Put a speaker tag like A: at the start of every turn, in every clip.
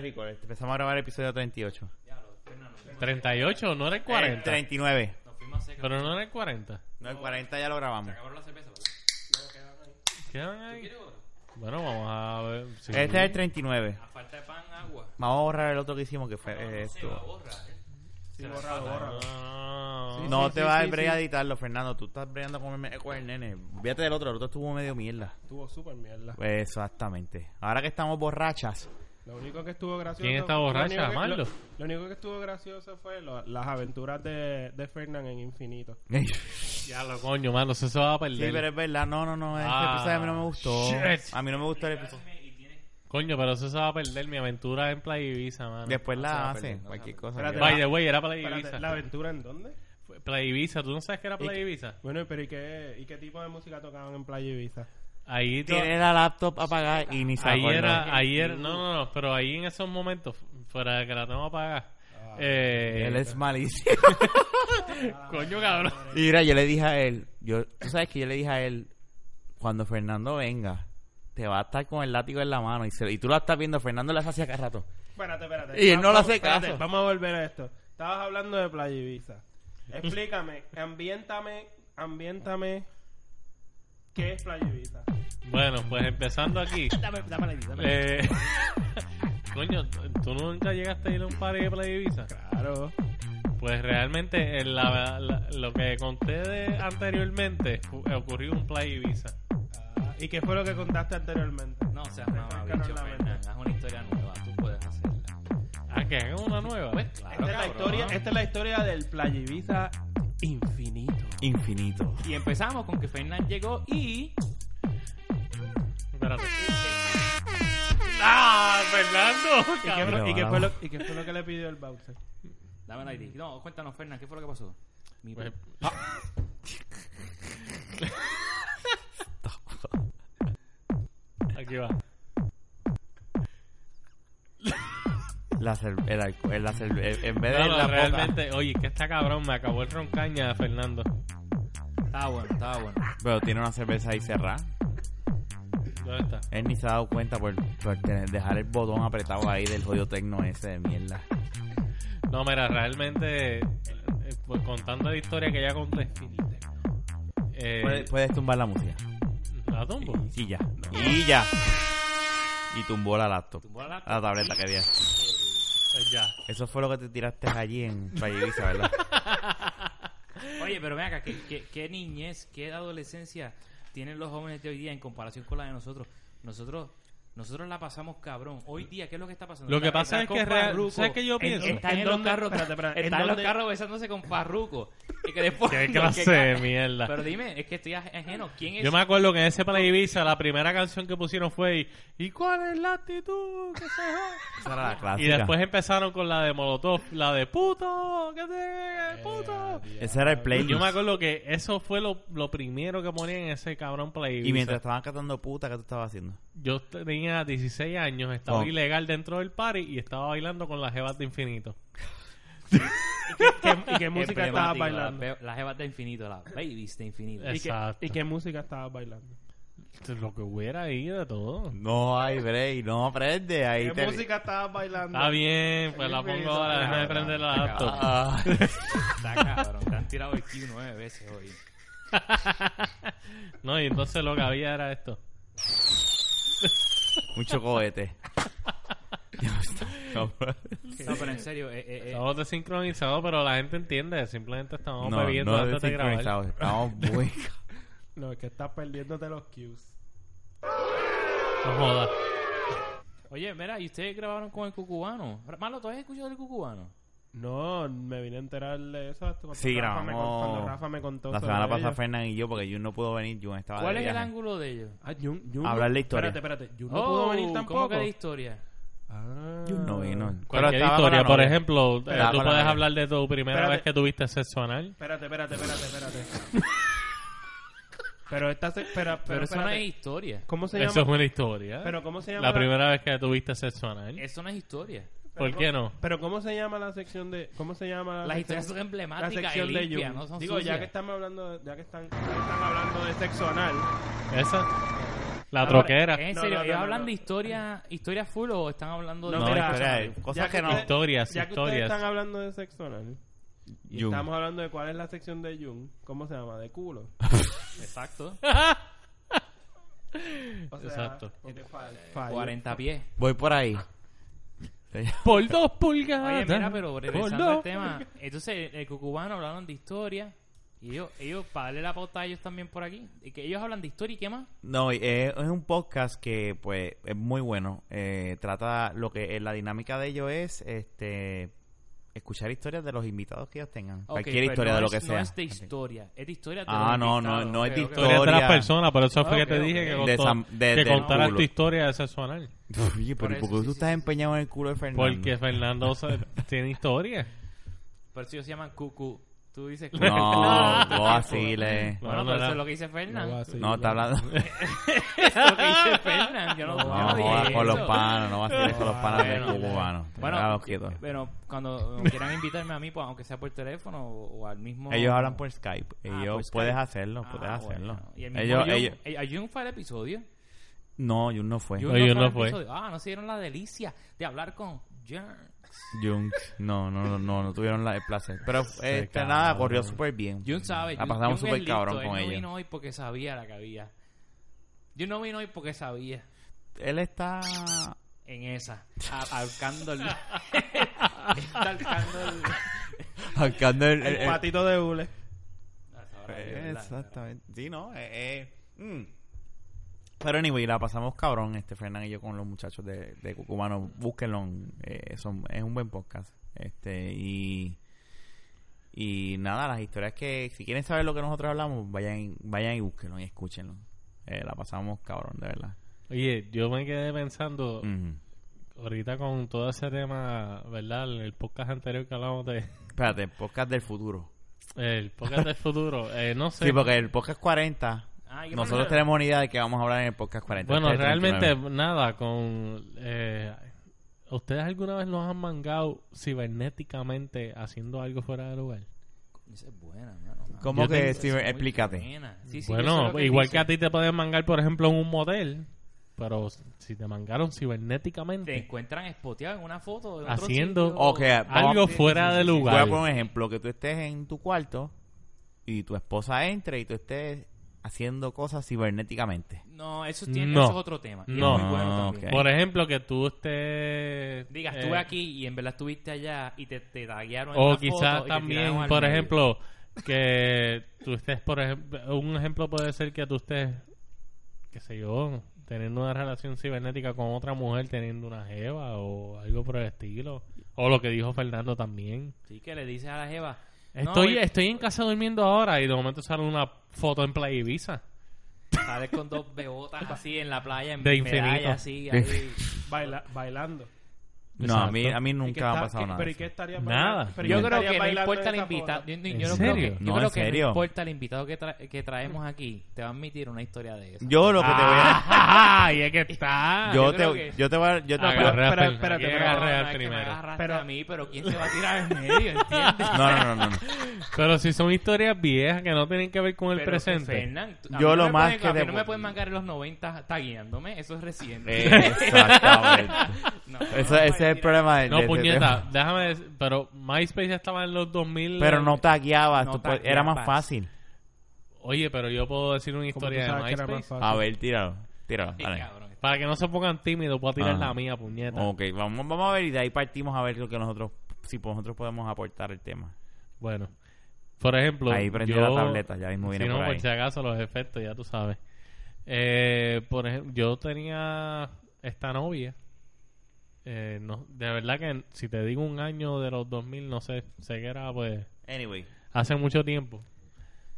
A: Record. este, Empezamos a grabar el episodio 38.
B: 38, no era el 40.
A: Eh, 39.
B: Pero no era el 40.
A: No, el 40 ya lo grabamos.
B: Quedan ahí. Bueno, vamos a ver. si-
A: Este es el 39.
C: A falta de pan, agua.
A: Vamos a borrar el otro que hicimos que fue eh,
C: Se va a
A: esto.
C: borrar.
B: No, no, no.
A: No
D: Sí,
A: te
D: sí,
A: vas a
D: sí,
A: bregar a
D: sí.
A: editarlo, Fernando. Tú estás bregando con el, me- con el nene. Fíjate del otro. El otro estuvo medio mierda.
D: Estuvo súper mierda.
A: Pues exactamente. Ahora que estamos borrachas.
D: Lo único que estuvo gracioso.
B: ¿Quién está
D: lo
B: borracha,
D: único que-
B: Marlo?
D: Lo, lo único que estuvo gracioso fue lo- las aventuras de, de Fernán en Infinito.
A: sí,
B: Ya lo coño, mano, eso se va a perder.
A: pero es verdad. No, no, no. Este
B: Ah,
A: episodio a mí no me gustó.
B: shit.
A: A mí no me gustó el episodio.
B: Coño, pero eso se va a perder. Mi aventura en Playa Ibiza, mano.
A: Después
D: se
A: la
D: va a
A: hace.
D: perder, no se va a
A: Cualquier
D: perder.
A: cosa.
D: Espérate,
B: By the way, era Playa
D: Espérate,
B: Ibiza.
D: ¿La aventura en dónde?
B: Fue Playa Ibiza, ¿tú no sabes que era Playa
A: Y-
B: Ibiza?
D: Bueno, pero ¿y qué, y qué tipo de música tocaban en Playa Ibiza?
B: Ahí to-
A: Tiene Uh. la laptop apagada y ni se
B: Ahí
A: acordó.
B: era, ayer, no, no, no, pero ahí en esos momentos, fuera de que la tengo apagada. eh,
A: Ah. Él es malísimo.
B: Coño, cabrón.
A: Y mira, yo le dije a él, yo, tú sabes que yo le dije a él, cuando Fernando venga, te va a estar con el látigo en la mano y, se- y tú lo estás viendo, Fernando lo hace hace cada rato.
D: Espérate, espérate.
A: Y él no le hace
D: espérate,
A: caso.
D: Vamos a volver a esto. Estabas hablando de Playa Ibiza. Explícame, ambiéntame, ambiéntame. ¿Qué es Playa Ibiza?
B: Bueno, pues empezando aquí.
D: Dame, dame la Ibiza.
B: Eh, coño, ¿tú nunca llegaste a ir a un party de Playa Ibiza?
D: Claro.
B: Pues realmente eh, la- la- lo que conté de- anteriormente fu- eh, ocurrió en Playa Ibiza.
D: Ah, ¿Y qué fue lo que contaste anteriormente?
C: No seas mamá, bicho,
D: Refrescaron la
C: Fernan. Haz una historia nueva. Tú puedes hacerla.
B: Ah, que hagan una nueva.
D: Esta es, la historia, esta es la historia del Playa Ibiza infinito.
A: Infinito.
C: Y empezamos con que Fernan llegó y.
B: Espérate. ¡Ah, Fernando!
D: ¿Y qué,
B: cabrón!
D: fue-
A: Pero
D: y qué fue
A: vamos.
D: lo, y qué fue lo que le pidió el Bowser?
C: Dame la ID. No, cuéntanos, Fernan, ¿qué fue lo que pasó? Mi
B: Pues, Pues, Aquí va.
A: La cer- el alcohol, la cer- el- en vez de
B: No,
A: la
B: no,
A: boca-
B: realmente, oye, que está cabrón, me acabó el roncaña, Fernando.
C: Estaba bueno, estaba bueno.
A: Pero tiene una cerveza ahí cerrada.
B: ¿Dónde está?
A: Él ni se ha dado cuenta por, por tener- dejar el botón apretado ahí del jodido tecno ese de mierda.
B: No, mira, realmente, eh, eh, pues, contando la historia que ya conté. Eh,
A: Puedes, puedes tumbar la música.
B: ¿La tumbo?
A: Y ya. Y ya. Y tumbó la laptop.
C: Tumbó la laptop.
A: La tableta que había.
B: Pues ya.
A: Eso fue lo que te tiraste allí en Playa Ibiza, ¿verdad?
C: Oye, pero ven acá, ¿qué, qué, qué niñez, qué adolescencia tienen los jóvenes de hoy día en comparación con la de nosotros? Nosotros. Nosotros la pasamos cabrón. Hoy día, ¿qué es lo que está pasando?
B: Lo que
C: Está-
B: pasa
C: está
B: es
C: con
B: que real-
C: Farruko.
B: ¿sabes qué yo
C: En-
B: pienso?
C: Están
D: ¿En
C: en los
D: dónde-
C: carros,
D: espérate, espérate, ¿en
C: están en los
D: dónde-
C: carros besándose con Farruco. Y que después-
B: Qué clase de mierda.
C: Pero dime, es que estoy aj- ajeno. ¿Quién es?
B: Yo me acuerdo que en ese Play Ibiza la primera canción que pusieron fue ¿Y, ¿y cuál es la actitud? que se joda?"
A: Esa era la
B: y
A: clásica.
B: después empezaron con la de Molotov, la de puto, que te puto.
A: Ese era el playlist.
B: Yo me acuerdo que eso fue lo, lo primero que ponían en ese cabrón Play Ibiza.
A: Y mientras estaban cantando puta, ¿qué tú estabas haciendo?
B: Yo tenía 16 años, estaba
A: Oh.
B: ilegal dentro del party y estaba bailando con las jevas de infinito.
D: ¿Qué- ¿Y qué música estabas
C: Emblemático,
D: bailando?
C: La, pe- la jeva de infinito, la babies de infinito.
B: Eh.
D: ¿Y qué,
B: Exacto.
D: ¿Y qué música estabas bailando?
B: Lo que hubiera ahí de todo.
A: No hay break, no aprende. Ahí
D: ¿Qué
A: te...
D: música estabas bailando?
B: Está bien, pues la pongo ahora, déjame
C: Cabrón,
B: prender la
C: está
B: laptop.
A: Ah.
C: Está Ah, cabrón, te han tirado el Q nueve veces hoy.
B: No, y entonces lo que había era esto.
A: Mucho cohete. Ya está. No,
C: No, pero en serio, eh, eh, eh,
B: Estamos desincronizados, pero la gente entiende. Simplemente estamos
A: no,
B: bebiendo
A: no
B: antes de grabar.
A: desincronizados, Estamos muy...
D: No, es que estás perdiéndote los cues.
B: No jodas.
C: Oye, mira, ¿y ustedes grabaron con el cucubano? Malo, ¿tú has escuchado el cucubano?
D: No, me vine a enterar de eso hasta cuando,
A: Sí,
D: Rafa, me, con-
A: grabamos
D: cuando Rafa me contó.
A: La
D: sobre
A: semana pasada
D: ello.
A: Fernán y yo, porque yo no pudo venir, yo estaba
C: ¿Cuál
A: de
C: es el
A: viaje.
C: ángulo de ellos? Oh,
D: Ah, Jun, Jun-
A: Hablar la historia.
D: Espérate, espérate. Jun no
B: Oh,
D: pudo venir
C: ¿Cómo
D: tampoco.
C: que de historia?
D: Ah.
A: Jun no vino. Pero
B: Cualquier
A: estaba con la
B: historia, por
A: novia.
B: ejemplo, eh,
A: Estaba con
B: tú
A: la
B: puedes
A: novia.
B: hablar de tu primera
D: Espérate.
B: vez que tuviste sexo anal.
D: Espérate, espérate, espérate, espérate. pero esta se... Espera, pero,
C: Pero, eso no
D: espérate.
C: es historia.
D: ¿Cómo se
B: Eso
D: llama?
B: es una historia.
D: Pero ¿cómo se llama?
B: La primera vez que tuviste sexo
D: ¿Mm?
B: anal.
C: Eso no es historia.
B: ¿Por qué no?
D: Pero ¿cómo se llama la sección de cómo se llama la
C: Las
D: sección-
C: historias son
D: la
C: emblemáticas y
D: sección de
C: limpias,
D: Jun?
C: no son
D: Digo, ya que
C: sucias.
D: estamos hablando, ya que están, ya que están hablando de sexo anal,
B: Esa. La
D: Ahora,
B: troquera.
C: ¿En
D: No,
C: serio?
D: no,
C: ¿Ellos
D: no,
C: hablan
D: no.
C: de historia, historia full o están hablando de
A: No,
D: mira,
A: historia,
D: ya
A: cosas que, no.
D: ustedes-
B: Historias,
D: ya que ustedes
B: historias.
D: están hablando de sexo anal, y
A: Jung.
D: estamos hablando de cuál es la sección de Jung, ¿cómo se llama? De culo.
C: Exacto.
D: O sea,
B: Exacto.
D: porque fall- fallo.
C: 40 pies.
A: Voy por ahí.
B: Por dos
C: Oye,
B: pulgadas.
C: mira, pero regresando
B: Ah, Gordo.
C: al tema, entonces el cucubano hablaron de historia y ellos, ellos para darle la pauta a ellos también por aquí, y que ellos hablan de historia y qué más.
A: No, y es, es un podcast que pues es muy bueno. Eh, trata lo que eh, la dinámica de ello es este escuchar historias de los invitados que ellos tengan.
C: Ok,
A: Cualquier
C: pero
A: historia
C: no
A: de lo
C: es-
A: que sea.
C: No es de historia, es de historia de
A: Ah,
C: los
A: no, no,
C: invitados.
A: no es de
C: Ok, ok, ok.
B: Historias de
A: Historia.
B: las personas, por eso fue
C: Ok,
B: que te
C: ok.
B: dije que,
A: De
B: contó-
A: Sam- de-
B: que
A: del
B: contaras
A: culo.
B: tu historia de sexo anal.
A: Oye,
C: Por
A: pero ¿y
C: eso,
A: ¿por qué
C: sí,
A: tú
C: sí,
A: estás
C: sí.
A: empeñado en el culo de Fernando?
B: Porque Fernando se- tiene historia.
C: Por eso ellos se llaman cucu. Tú dices cucu.
A: No, no vacile.
C: Bueno,
B: No, no,
C: pero eso
B: no.
C: es lo que dice Fernán.
E: No va a
C: eso
E: ser
A: No, está
E: igual.
A: hablando.
C: es lo que dice Fernán. Yo no,
E: No,
C: yo
A: No,
C: no dije
A: jodas con
C: eso.
A: los panos, no vaciles con los panos del
C: Bueno.
A: cubano.
C: Bueno, eh,
A: Déjalos quietos.
C: Pero cuando quieran invitarme a mí, pues, aunque sea por teléfono o, o al mismo...
A: Ellos hablan por Skype.
C: Ah,
A: Ellos
C: por Skype.
A: puedes hacerlo,
C: Ah,
A: puedes hacerlo.
C: bueno. Y el mismo
A: Ellos,
C: Jun-
A: ellos.
C: eh, ¿a Jun fue el episodio?
A: No, Jun no fue.
B: No, Jun
C: al
B: no fue.
C: episodio. Ah, no se dieron la delicia de hablar con Jun.
A: Jun, no, no, no, no, no tuvieron la- el placer. Pero este,
B: cabrón.
A: nada, corrió súper bien.
C: Jun sabe.
A: La
C: Jun-
A: pasamos
C: Jun es
A: súper cabrón
C: listo.
A: con
C: Él no
A: ella.
C: vino hoy porque sabía la que había. Jun no vino hoy porque sabía.
A: Él está.
C: En esa. a- Ahorcando el... Está ahorcando el...
A: Arcando el. el-
D: El
A: el-
D: patito de hule.
C: Ah, sabrá Dios,
A: Eh,
C: ¿verdad?
A: Exactamente. Sí, no. eh, eh, mm. Pero anyway, la pasamos cabrón, este Fernán y yo con los muchachos de, de Cucumano. Búsquenlo. eh, son- es un buen podcast. Este, y. Y nada, las historias que. Si quieren saber lo que nosotros hablamos, vayan, vayan y búsquenlo y escúchenlo. Eh, la pasamos cabrón, de verdad.
B: Oye, yo me quedé pensando
C: Mm.
A: Ujú.
B: ahorita con todo ese tema, ¿verdad? En el podcast anterior que hablamos de
A: Espérate, podcast del futuro.
B: el podcast del futuro. Eh, no sé.
A: Sí, porque el podcast 40.
C: Ah, yo
A: Nosotros
C: creo-
A: tenemos una idea de que vamos a hablar en el podcast 40.
B: Bueno,
A: Este es el
B: realmente
A: 39.
B: nada con... eh, ¿Ustedes alguna vez los han mangado cibernéticamente haciendo algo fuera de lugar?
C: Esa es buena, mano.
A: ¿Cómo
B: Yo
A: que,
B: tengo-
A: Steven?
C: Muy
A: Explícate.
C: buena. Sí, sí, eso
B: bueno,
C: es lo
B: igual
C: dice.
B: que a ti te pueden mangar, por ejemplo, en un motel, pero si te mangaron
C: Te
B: cibernéticamente,
C: encuentran espoteado en una foto. de otro
B: Haciendo-
C: sitio.
A: Ok,
B: algo
A: vamos-
B: fuera de
A: Voy a
B: lugar.
A: poner un ejemplo. Que tú estés en tu cuarto y tu esposa entre y tú estés haciendo cosas cibernéticamente.
C: No, eso, tiene,
B: No.
C: eso es otro tema. Y es
B: No.
C: muy bueno
A: Ah,
C: también.
A: ok.
B: Por ejemplo, que tú estés...
C: Diga,
B: eh,
C: estuve aquí y en verdad estuviste allá y te, te taguearon en una
B: O
C: foto y
B: quizás
C: te tiraron
B: también,
C: al
B: por
C: medio.
B: ejemplo, que tú estés, por ejemplo, un ejemplo puede ser que tú estés, qué sé yo, teniendo una relación cibernética con otra mujer, teniendo una jeva o algo por el estilo. O lo que dijo Fernando también.
C: Sí, que le dices a la jeva. no,
B: Estoy,
C: voy-
B: estoy en casa durmiendo ahora y de momento sale una foto en Play Ibiza.
C: Sales con dos bebotas así en la playa, en
B: De
C: medalla,
B: infinito.
C: así, ahí.
D: Baila, bailando.
A: No, a mí,
B: Exacto.
A: a mí
D: ¿Y qué
A: nunca
D: está-
A: me ha pasado
D: qué-
A: nada.
D: Pero ¿y
A: de
D: qué
A: eso.
D: estaría
B: Nada.
D: bailando? Pero ¿y
C: Yo
D: qué
C: creo
D: estaría
C: que no
D: bailando
C: importa el
D: de esa
C: invitado.
D: forma?
C: Yo, yo
B: ¿En
C: no creo
B: serio?
C: que, yo
A: No,
C: creo
A: en
C: que
A: serio.
C: no importa el invitado que, tra- que traemos aquí. Te va a admitir una historia de eso.
A: Yo lo que
B: ¡Ay, es que está!
A: te voy a...
C: Ah, yo
A: Yo
C: creo
A: te,
C: que-
A: yo te voy a... Yo te,
B: Agarré
D: pero-
B: a
D: pero-
B: Fernando.
D: espérate,
B: Yo
D: pero-
B: agarré
C: no,
B: al
C: es que me
B: primero.
C: agarraste
D: Pero-
C: a mí, pero ¿quién te va a tirar en medio? ¿Entiendes?
A: No, no, no, no. no.
B: Pero si son historias viejas que no tienen que ver con el
C: Pero,
B: presente.
C: Fernán, tú- a
A: Yo
C: mí no
A: lo
C: me
A: más
C: pueden-
A: que
C: a mí
A: te-
C: no me pueden mangar en los 90 tagueándome, eso es reciente.
A: Exactamente.
C: No,
A: Eso,
C: no
A: Eh, ese
C: me
A: es el
C: tiran.
A: problema de, de
B: No,
A: este
B: puñeta,
A: tema.
B: déjame decir, pero MySpace ya estaba en los 2000.
A: Pero no tagueabas.
C: No
A: tú puedes- era más
C: tagueabas.
A: fácil.
B: Oye, pero yo puedo decir una
D: ¿Cómo tú
B: historia de
D: sabes que era más
B: MySpace.
D: fácil?
A: A ver, tíralo. Tíralo,
C: Sí,
A: dale.
C: cabrón.
B: Para que no se pongan tímidos, voy a tirar
A: Ajá. Oh.
B: la mía, puñeta.
A: Ok, vamos, vamos a ver y de ahí partimos a ver lo que nosotros, si pues nosotros podemos aportar el tema.
B: Bueno, por ejemplo.
A: Ahí prendió
B: yo-
A: la tableta, ya mismo viene
B: si no, pues
A: por
B: por
A: ahí.
B: si acaso, los efectos, ya tú sabes. Eh, por ejemplo, yo tenía esta novia. Eh, no, de verdad que si te digo un año de los 2000, no sé, sé que era pues
A: Anyway.
B: hace mucho tiempo.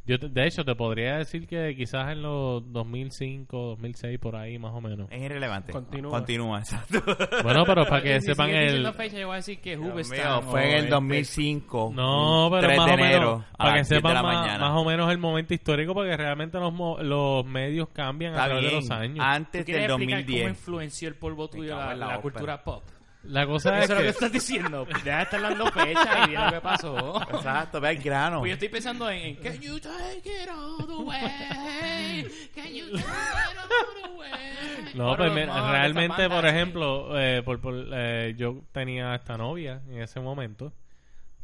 B: Yo te- de hecho te podría decir que quizás en los 2005, 2006 por ahí más o menos.
A: Es irrelevante.
D: Continúa.
A: Continúa, exacto.
B: Bueno, pero para que
C: Si
B: sepan
C: sigues
B: el
C: diciendo fecha, yo voy a decir que
A: Dios
C: Hubestan
A: mío,
C: o
A: fue en el
C: este-
A: 2005.
B: No,
A: un
B: pero
A: 3
B: más
A: de
B: o menos,
A: enero a
B: para que
A: las 10 de
B: sepan
A: la
B: más,
A: mañana.
B: más o menos el momento histórico porque realmente los, mo- los medios cambian a
A: Está
B: través de
A: bien. Ah,
B: los años.
C: ¿Tú
A: Antes
C: quieres
A: del
C: explicar cómo
A: 2010.
C: influenció el polvo tuyo
A: cago
C: la,
A: en la
C: la
A: ópera.
C: cultura pop?
B: La cosa es
C: Eso es lo que
B: que...
C: estás diciendo. Deja de estar dando fecha y mira lo que pasó.
A: Exacto, ve el grano.
C: Pues yo estoy pensando en, en Can you take it all the way? Can you take it all the way?
B: No,
C: Ahora
B: pues
C: los
B: mira,
C: modos de
B: realmente,
C: esa banda,
B: por
C: eh,
B: ejemplo, eh, por, por, eh, yo tenía esta novia en ese momento,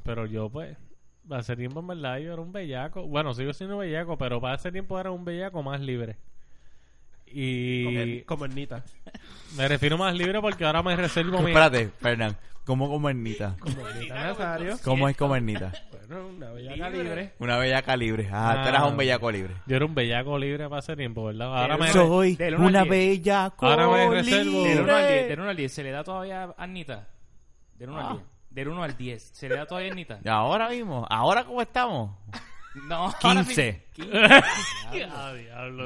B: pero yo pues, hace tiempo en verdad yo era un bellaco, bueno, sigo siendo un bellaco, pero para ese tiempo era un bellaco más libre. Y
D: Como Ernita.
B: me refiero más libre porque ahora me reservo mi...
A: Espérate, Fernán. ¿Cómo comernita?
D: Como Ernita Nazario.
A: ¿Cómo es comernita?
D: Bueno, una bella
C: Libre.
D: calibre.
A: Una bellaca libre. Ah,
B: Ah.
A: tú eras un bellaco libre.
B: Yo era un bellaco libre para ese tiempo, ¿verdad? Ahora me...
A: Soy
C: del uno
A: una
C: al diez.
A: bellaco
B: Ahora me reservo.
C: Del 1 al 10,
A: libre.
C: del 1 al 10, ¿se le da todavía a Anita? Del 1
A: Ah.
C: al 10. Del 1 al 10, ¿se le da todavía a Anita?
A: Y ahora mismo, ahora cómo estamos.
C: No,
A: 15.
B: Ah, diablo,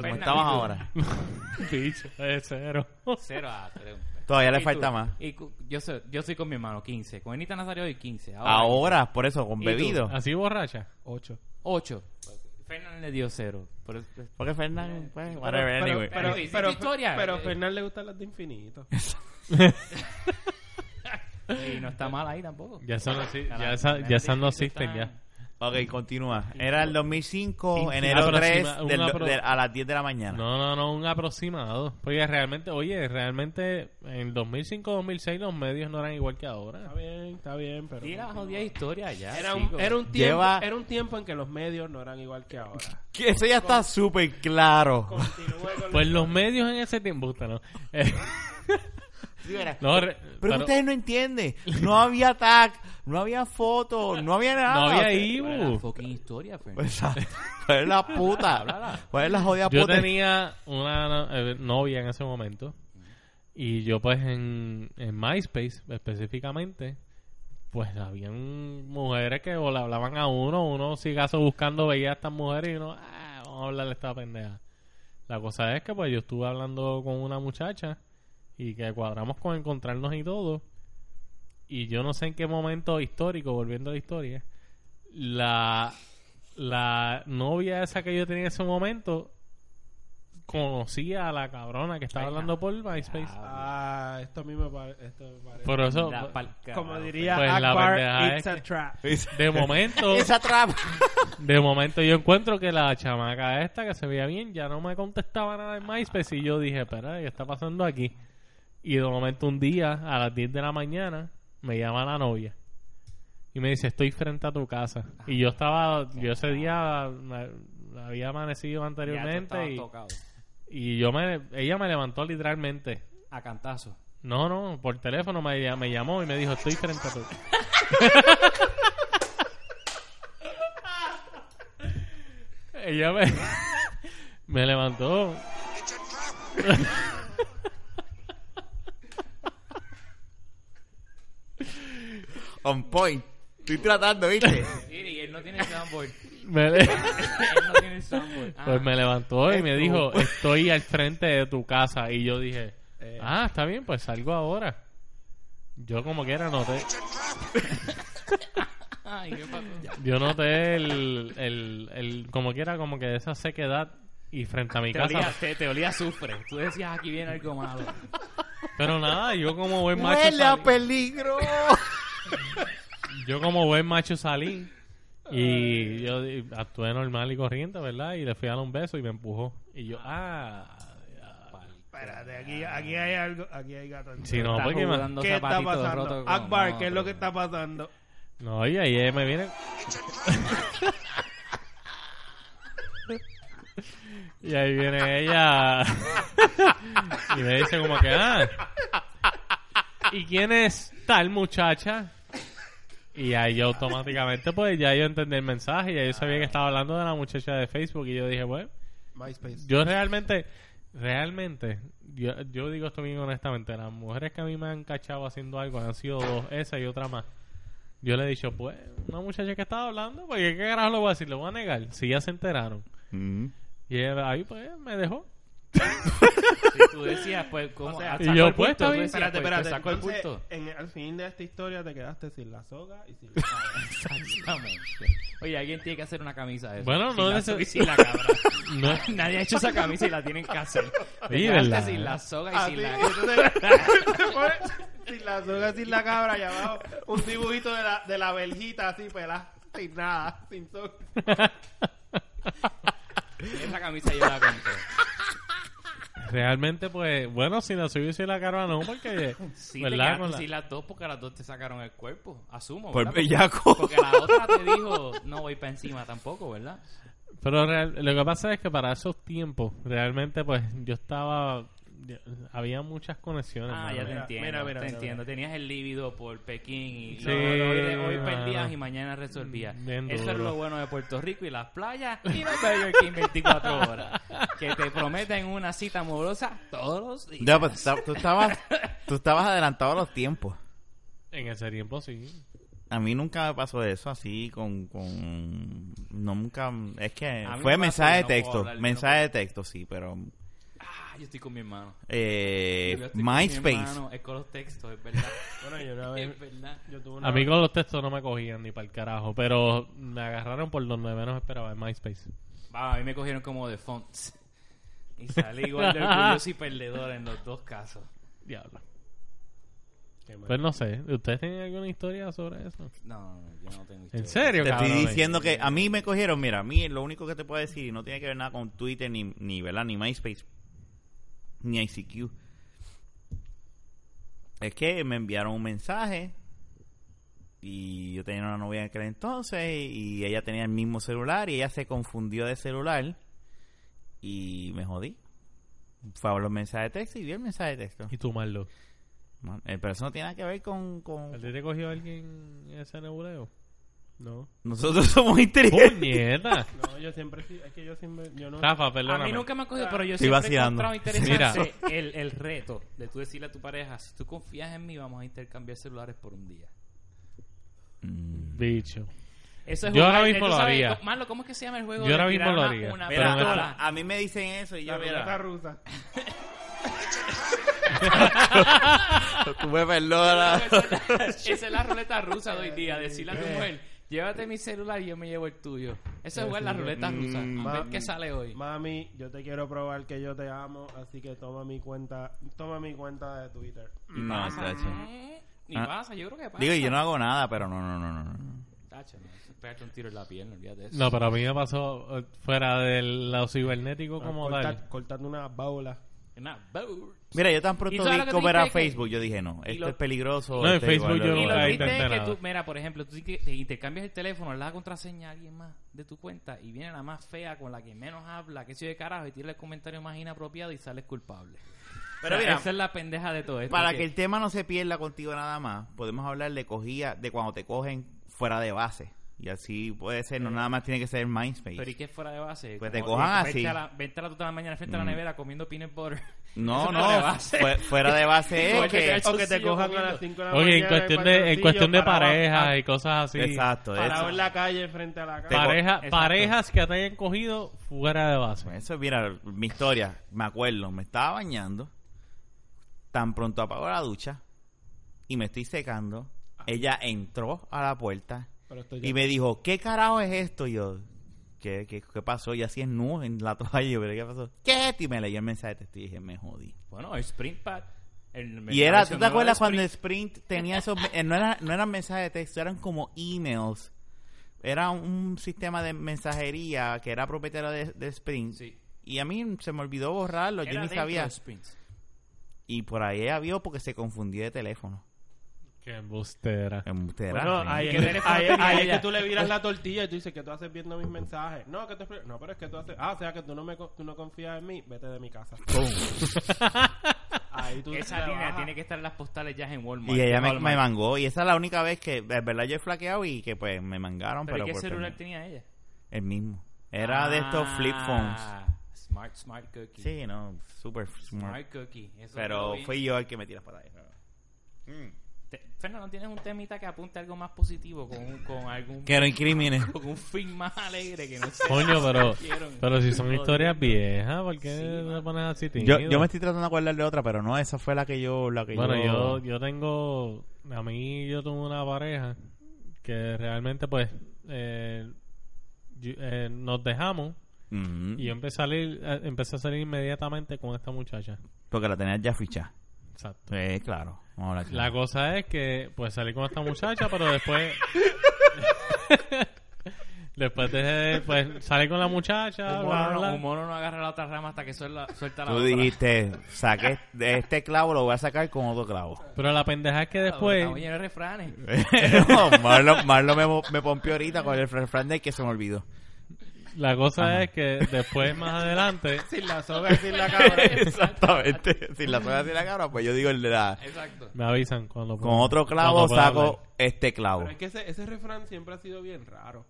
A: ¿Cómo
C: Fernan,
A: estamos
C: ¿y tú?
A: ahora?
B: bicho, es cero.
C: 0 a 3.
A: Todavía le falta más.
C: yo, soy, yo soy con mi hermano, 15. Con Anita Nazario hoy 15.
A: Ahora, por eso, con
C: ¿Y tú?
A: bebido.
B: Así borracha.
D: Ocho.
C: 8. Fernández le dio 0. Pero,
A: Porque Fernán, pues,
D: Pero,
A: whatever,
D: pero-
A: anyway.
D: pero,
C: Pero,
D: pero,
C: ¿y tu historia?
D: pero a
C: Eh.
D: Fernan le gustan las de infinito.
C: y no está mal ahí tampoco.
B: Ya son así, ya,
C: Carajo,
B: esa- ya esas no
C: Fernández
B: existen
C: está-
B: ya.
A: Ok, continúa. Era el 2005,
B: Infinito.
A: enero 3,
B: Aproxima-
A: del-
B: una pro-
A: del- a las 10 de la mañana.
B: No, no, no, un aproximado. Porque realmente, oye, realmente en 2005-2006 los medios no eran igual que ahora.
D: Está bien, está bien, pero...
C: Tira la jodida historia ya.
D: Era
C: chico.
D: un, era, un tiempo,
A: Lleva-
D: era un tiempo en que los medios no eran igual que ahora.
A: Que eso ya está súper claro.
D: Continúe con
B: Pues los medios en ese tiempo, puta, ¿no? Eh,
A: Sí, verás.
B: no, re-
A: Pero
B: pero
A: ustedes no entienden. No había tag, no había fotos, no había nada.
B: no había
C: ¿Cuál era la
B: Ibu.
C: fucking historia, Fernández?
A: Pues, ¿Cuál es la puta? ¿Cuál es la jodida
B: Yo
A: puta?
B: tenía una eh, novia en ese momento. Y yo, pues, en, en MySpace específicamente, pues habían mujeres que o le hablaban a uno, uno sigazo buscando, veía a estas mujeres y uno, ah, vamos a hablarle a esta pendeja. La cosa es que, pues, yo estuve hablando con una muchacha y que cuadramos con encontrarnos y todo. Y yo no sé en qué momento histórico, volviendo a la historia, la, la novia esa que yo tenía en ese momento conocía a la cabrona que estaba
C: Ay,
B: hablando por MySpace.
D: Ah, esto a mí me, pare- esto me parece...
B: Por eso,
C: Anda pa'l carajo,
D: Como diría
B: Pues la pendeja
D: Akbar, it's
B: es
D: a trap.
B: de momento,
A: Esa trama.
B: de momento yo encuentro que la chamaca esta que se veía bien ya no me contestaba nada en MySpace y yo dije, espera, ¿qué está pasando aquí? Y de momento un día, a las 10 de la mañana, me llama la novia y me dice, estoy frente a tu casa. Y yo estaba, yo ese día me- había amanecido
C: Ya tú
B: anteriormente
C: estabas
B: y,
C: tocado.
B: y yo me, ella me levantó literalmente.
C: A cantazo.
B: No, no, por teléfono me, ll- me llamó y me dijo, estoy frente a tu Ella me, me levantó.
A: On point. Estoy tratando, ¿viste?
C: Iri, él no tiene soundboard.
B: me le-
C: él no tiene soundboard. Ah,
B: pues me levantó y me
A: Esto.
B: dijo, estoy al frente de tu casa. Y yo dije,
D: Eh.
B: ah, está bien, pues salgo ahora. Yo como quiera noté,
C: Ah, Ay, qué pasó.
B: yo noté el, el, el, como quiera, como que esa sequedad y frente a mi
C: Te
B: casa.
C: olía, te, te olía sufre. Tú decías, aquí viene algo malo.
B: Pero nada, yo como buen macho
A: ¡Huele a
B: salí-
A: peligro!
B: yo como buen macho salí y yo di- actué normal y corriente, ¿verdad? Y le fui a dar un beso y me empujó. Y yo, ah,
D: Espérate, aquí, aquí hay algo, aquí hay gato.
B: si no,
C: Está
B: porque me-
C: jugando
D: ¿Qué está
C: zapatitos rotos
D: pasando?
C: con
D: Akbar, ¿qué
C: otro.
D: es lo que está pasando?
B: No, y ahí me viene. y ahí viene ella. y me dice como que, ah. ¿Y quién es tal muchacha? Y ahí yo automáticamente, pues ya yo entendí el mensaje, ya yo sabía que estaba hablando de la muchacha de Facebook y yo dije, bueno,
D: MySpace.
B: yo realmente, realmente, yo, yo digo esto bien honestamente, las mujeres que a mí me han cachado haciendo algo han sido dos, esa y otra más. Yo le he dicho, pues, una muchacha que estaba hablando, porque qué carajo lo voy a decir, lo voy a negar, si ya se enteraron.
A: Mm-hmm.
B: Y ella, ahí pues me dejó.
C: Sí, tú decías, pues, como.
D: O sea,
C: ah,
B: y
C: sacó
B: yo,
C: el
B: pues,
C: punto,
B: está
C: tú
B: bien.
C: decías,
D: Espérate,
C: pues,
D: espérate.
C: te sacó el
D: Entonces,
C: punto.
D: en- al fin de esta historia te quedaste sin la soga y sin la
C: Exactamente. Oye, alguien tiene que hacer una camisa de eso.
B: Bueno,
C: Sin
B: no
C: la
B: es
C: soga
B: ese-
C: y sin la cabra.
B: No,
C: Nadie ha hecho esa camisa y la tienen que hacer.
B: Oye,
C: Dejaste
B: ¿verdad?
C: sin la soga y
D: A
C: sin
D: ti,
C: la
D: entonces, Ah, te pones- sin la soga, sin la cabra, y abajo un dibujito de la, de la verjita así pelada, sin nada, sin soga.
C: Esa camisa yo la compré.
B: Realmente, pues, bueno, si la subí, si la carva no, porque,
C: Sí, te
B: ¿verdad? Con
C: quedaste
B: la- Pues,
C: sin las dos porque a las dos te sacaron el cuerpo. Asumo.
A: Por
C: ¿verdad?
A: bellaco.
C: Porque la otra te dijo, no voy para encima tampoco, ¿verdad?
B: Pero real- lo que pasa es que para esos tiempos, realmente, pues, yo estaba... yo- había muchas conexiones.
C: Ah,
B: mano.
C: ya te
D: mira,
C: entiendo.
D: mira, mira,
C: te
D: mira.
C: entiendo. Tenías el líbido por Pekín y
B: Sí,
C: no, no, hoy, hoy
B: mano.
C: perdías y mañana resolvías.
D: Mm,
B: Bien
C: Eso es
B: duro.
C: lo bueno de Puerto Rico y las playas y los Burger King 24 horas. Que te prometen una cita amorosa todos los días.
A: Ya, pues, está- tú, estabas, tú estabas adelantado a los tiempos.
B: En ese tiempo, sí.
A: A mí nunca me pasó eso así con... con no, nunca... Es que
C: A mí me
A: fue
C: pasó y
A: mensaje de
C: no puedo
A: texto.
C: hablar, yo no
A: mensaje
C: puedo.
A: de texto, sí, pero...
C: Ah, yo estoy con mi hermano.
A: Eh,
C: Yo estoy con mi
A: MySpace.
C: hermano, es con los textos, es verdad.
D: Bueno, yo una vez,
C: es verdad.
D: yo tuve una
B: A mí con los textos no me cogían ni para el carajo, pero me agarraron por donde menos esperaba, en MySpace.
C: Va, a mí me cogieron como de fonts. Y salí igual de orgulloso y perdedor en los dos casos.
B: Diablo. Pues no sé, ¿ustedes tienen alguna historia sobre eso?
C: No, no, yo no tengo historia.
B: ¿En serio,
A: Te estoy
B: cabrones?
A: diciendo que a mí me cogieron, mira, a mí lo único que te puedo decir, y no tiene que ver nada con Twitter, ni, ni ¿verdad? Ni MySpace, ni ICQ. Es que me enviaron un mensaje y yo tenía una novia en aquel entonces y ella tenía el mismo celular y ella se confundió de celular y me jodí. Fue a los mensajes de texto y vi el mensaje de texto.
B: Y tú, Marlo.
A: Man, eh, pero eso no tiene nada que ver con... con-
B: ¿A ti te cogió alguien en ese nebuleo? No.
A: Nosotros somos inteligentes.
B: ¡Puñeta!
D: No, yo siempre, sí- es que yo siempre, yo no...
B: Rafa,
C: A
B: perdóname.
C: mí nunca me ha cogido, pero yo
A: Estoy
C: siempre
A: vacilando.
C: he encontrado interesante
B: Mira.
C: Ah. el, el reto de tú decirle a tu pareja, si tú confías en mí, vamos a intercambiar celulares por un día.
A: Mm.
B: Bicho.
C: Eso es
B: Yo
C: jugar-
B: ahora mismo
C: tú
B: lo
C: sabes,
B: haría.
C: Marlo, ¿cómo es que se llama el juego?
B: Yo
C: de
B: ahora mismo
C: tirar
B: lo
C: una-
B: haría.
C: una
A: Mira,
B: Pero me-
C: pistola?
A: a, a mí me dicen eso y yo,
D: La ruleta
A: mira,
D: rusa.
A: tú me perdonas.
C: Esa es la ruleta rusa de hoy día. Decirle a tu mujer, llévate mi celular y yo me llevo el tuyo. Eso es jugar la ruleta rusa.
A: Mm,
C: A ver
D: ma-
C: qué sale hoy.
D: Mami, yo te quiero probar que yo te amo, así que toma mi cuenta, toma mi cuenta de Twitter.
A: No, tacho.
C: Mm, Ni
A: Ah.
C: pasa, yo creo que pasa.
A: Digo, yo no hago nada, pero no, no, no, no, no.
C: Tacho, no, eso es pegarte un tiro en la pierna, olvídate de eso.
B: No, pero a mí me pasó eh, fuera de lo cibernético como
D: Ah, Corta-
B: tal.
D: Cortando una baula.
C: Una bour.
A: Mira, yo tan
C: ¿Y
A: pronto
C: sabes
A: vi
C: lo que te
A: cómo era
C: dije que-
A: Facebook, yo dije, no,
C: y
A: esto
C: lo-
A: es peligroso.
B: No, en
A: esto igual
B: Facebook yo
A: lo-
C: Y lo
B: nunca
A: lo-
B: he
C: triste es que
B: nada.
C: tú, mira, por ejemplo, tú sí que te intercambias el teléfono, le das la contraseña a alguien más de tu cuenta y viene la más fea con la que menos habla, que soy de carajo, y tira el comentario más inapropiado y sales culpable.
A: Pero
C: O sea,
A: mira,
C: esa es la pendeja de todo esto.
A: Para que el tema no se pierda contigo nada más, podemos hablar de cogida, de cuando te cogen fuera de base. Y así puede ser, no nada más tiene que ser MySpace.
C: Pero ¿y qué es fuera de base?
A: Pues te
C: Como,
A: cojan
C: vente
A: así.
C: A la, vente a las dos de la mañana frente a
A: Mm.
C: la nevera comiendo peanut butter.
A: No,
C: Eso
A: no,
C: fuera de base.
A: fue- fuera de base
C: Oye,
A: es que...
C: eso
D: o que
C: sí,
D: te
C: yo
D: cojan a
C: comiendo.
D: las 5 de la mañana.
B: Oye, en cuestión de, en cuestión de parejas y cosas así.
A: Exacto,
D: Parado
A: eso.
D: en la calle frente a la
A: Te-
D: casa.
B: Pareja-
C: Exacto.
B: parejas que te hayan cogido fuera de base.
A: Eso, mira, mi historia, me acuerdo, me estaba bañando, tan pronto apago la ducha y me estoy secando. Ella entró a la puerta
D: Pero estoy
A: y me dijo, ¿qué carajo es esto? Y yo, ¿qué, qué, qué pasó? Y así es nu en la toalla, y yo, pero ¿qué pasó? ¿Qué? Y me leyó el mensaje de texto y dije, me jodí.
C: Bueno, el Sprint Pad. el-
A: Y
C: la
A: era, ¿tú
C: versión
A: te
C: nueva
A: acuerdas
C: de
A: cuando
C: Sprint?
A: Sprint tenía esos, eh, no, era, no eran mensajes de texto, eran como emails. Era un sistema de mensajería que era propietario de, de Sprint.
C: Sí.
A: Y a mí se me olvidó borrarlo, yo
C: Era
A: ni
C: dentro
A: sabía.
C: de Sprints.
A: Y por ahí ella vio porque se confundió de teléfono.
B: Qué embustera.
A: En- te
D: Bueno,
A: era,
D: ahí,
A: ¿eh?
D: es que,
C: teléfono
D: ahí-
B: Ah,
C: tenía
D: ahí es
C: ella?
D: que tú le viras la tortilla y tú dices que tú haces viendo mis mensajes. No, que tú expli- No, pero es que tú haces. Ah, o sea que tú no, me, co- tú no confías en mí, vete de mi casa. Ahí tú
C: Esa
D: te
C: línea
D: bajas.
C: tiene que estar en las postales ya en Walmart.
A: Y ella me,
C: Walmart.
A: me mangó. Y esa es la única vez que, de verdad, yo he flaqueado y que pues me mangaron.
C: ¿Pero
A: Pero,
C: ¿y qué
A: por
C: celular
A: pendejo.
C: tenía ella?
A: El mismo. Era de estos flip phones.
C: Ah, Smart, smart cookie.
A: Sí, no, super smart.
C: Smart cookie. Eso todo
A: Pero
C: bien.
A: fui yo el que me tiras para ahí.
C: Te- Fernando, ¿tienes un temita que apunte a algo más positivo con, un- con algún
A: Que no incrimine.
C: con un fin más alegre que no sé?
B: Coño, pero,
C: Hicieron.
B: pero si son historias viejas, ¿por qué te pones así
A: Yo,
B: tímido?
A: yo me estoy tratando de acordar de otra, pero no, esa fue la que yo... La que
B: Bueno, yo, yo tengo... A mí yo tuve una pareja que realmente pues eh, yo- eh, nos dejamos
A: Ujú.
B: y yo empecé a, salir, eh, empecé a salir inmediatamente con esta muchacha.
A: Porque la tenías ya fichada.
B: Exacto.
A: Sí, claro. Vamos a hablar
B: La
A: claro.
B: cosa es que, pues salí con esta muchacha, pero después. después de. Pues salí con la muchacha,
C: Un
B: bla,
C: mono,
B: bla.
C: no, un mono no agarra la otra rama hasta que suelta, suelta la
A: Tú
C: otra.
A: dijiste, saqué de este clavo, lo voy a sacar con otro clavo.
B: Pero la pendeja
C: Ah,
B: es que después.
C: Oye, no refranes.
A: No, Marlo, Marlo me, me pompió ahorita con el refrán de que se me olvidó.
B: La cosa es que después, más adelante.
D: Sin la soga y sin la cabra.
A: Exactamente. Si la soga de la cara, pues yo digo el de la...
C: Exacto.
B: Me avisan cuando.
A: Con otro clavo
B: cuando pueda
A: saco
B: hablar.
A: este clavo.
D: Pero es que ese, ese refrán siempre ha sido bien raro.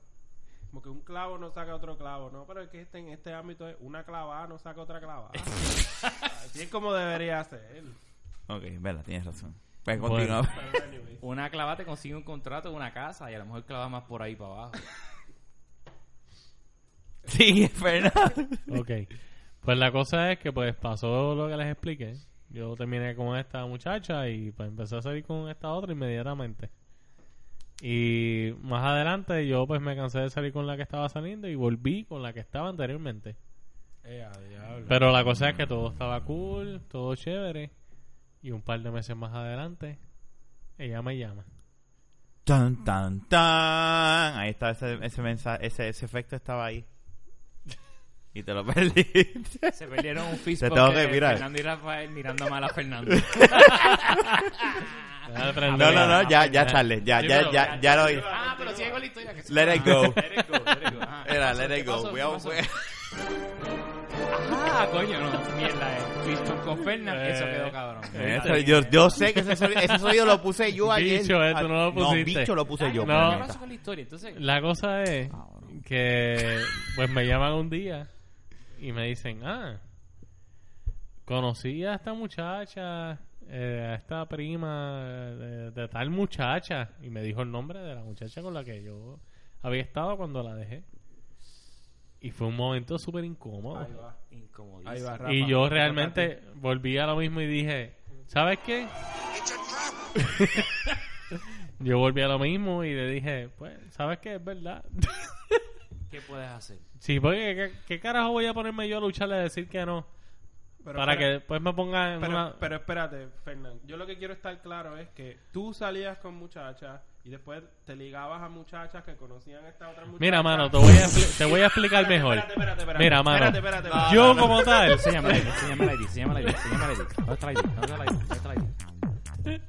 D: Como que un clavo no saca otro clavo, ¿no? Pero es que este, en este ámbito es una clavada no saca otra clavada. Así es como debería ser.
A: Ok, verdad, tienes razón. Pues
B: Bueno.
A: continúa.
D: Pero anyway.
C: Una clava te consigue un contrato, una casa y a lo mejor clava más por ahí para abajo.
A: Sigue, Fernando.
B: Ok. Pues la cosa es que, pues pasó lo que les expliqué. Yo terminé con esta muchacha y pues empecé a salir con esta otra inmediatamente. Y más adelante yo pues me cansé de salir con la que estaba saliendo y volví con la que estaba anteriormente.
D: Eh, a diablo.
B: Pero la cosa es que todo estaba cool, todo chévere. Y un par de meses más adelante, ella me llama.
A: Tan, tan, tan. Ahí está ese, ese mensaje, ese, ese efecto estaba ahí. Y te lo perdiste.
C: Se perdieron un
A: Te
C: fistball
A: tengo
C: de
A: que mirar.
C: Fernando y Rafael mirando mal a Fernando.
A: No, no, no, ya,
B: Ah,
A: ya, Charles. Ya,
B: Sí,
A: ya,
B: pero-
A: ya, ya lo oí.
C: ah, pero sigue con la historia. Que se-
A: Let it go.
C: Let it go, let it go. Ajá, ¿qué
A: Era,
C: pasó?
A: let
C: ¿Qué
A: it go.
C: pasó?
A: Voy
C: ¿Qué
A: a
C: pasó?
A: buscar.
C: Ah, coño, no. Mierda, eh. Fistball con Fernan, eso
B: Eh,
C: quedó cabrón.
A: Eh, eso- yo, yo sé que ese sonido, ese sonido lo puse yo ayer.
B: Bicho, eh, tú no lo pusiste.
A: bicho lo puse yo. pues,
B: No.
A: puñeta.
C: ¿Qué pasó con la historia? Entonces,
B: La cosa es
A: Cabrón.
B: que pues me llaman un día y me dicen, ah, conocí a esta muchacha, eh, a esta prima de, de tal muchacha y me dijo el nombre de la muchacha con la que yo había estado cuando la dejé. Y fue un momento súper incómodo.
D: Ahí va.
C: incomodísimo.
D: Ahí va, Rafa.
B: Y yo
D: Te toca a ti.
B: realmente volví a lo mismo y dije, ¿sabes qué? yo volví a lo mismo y le dije, pues, ¿sabes qué? Es verdad.
C: ¿Qué puedes hacer?
B: Sí, porque ¿qué, qué carajo voy a ponerme yo a lucharle a decir que no?
D: Pero
B: para
D: espera-
B: que después me ponga en
D: Pero,
B: una...
D: pero espérate, Fernán. Yo lo que quiero estar claro es que tú salías con muchachas y después te ligabas a muchachas que conocían a esta otra muchacha.
B: Mira, mano, te voy a, expli- te voy a explicar
D: Espérate,
B: mejor.
D: espérate, espérate, espérate.
B: Mira, mano,
D: Espérate, espérate, espérate.
B: yo como tal...
C: Enséñame la ID, enséñame la ID, enséñame la ID, enséñame la ID. ¿Dónde está la ID? ¿Dónde está la ID? ¿Dónde está la ID?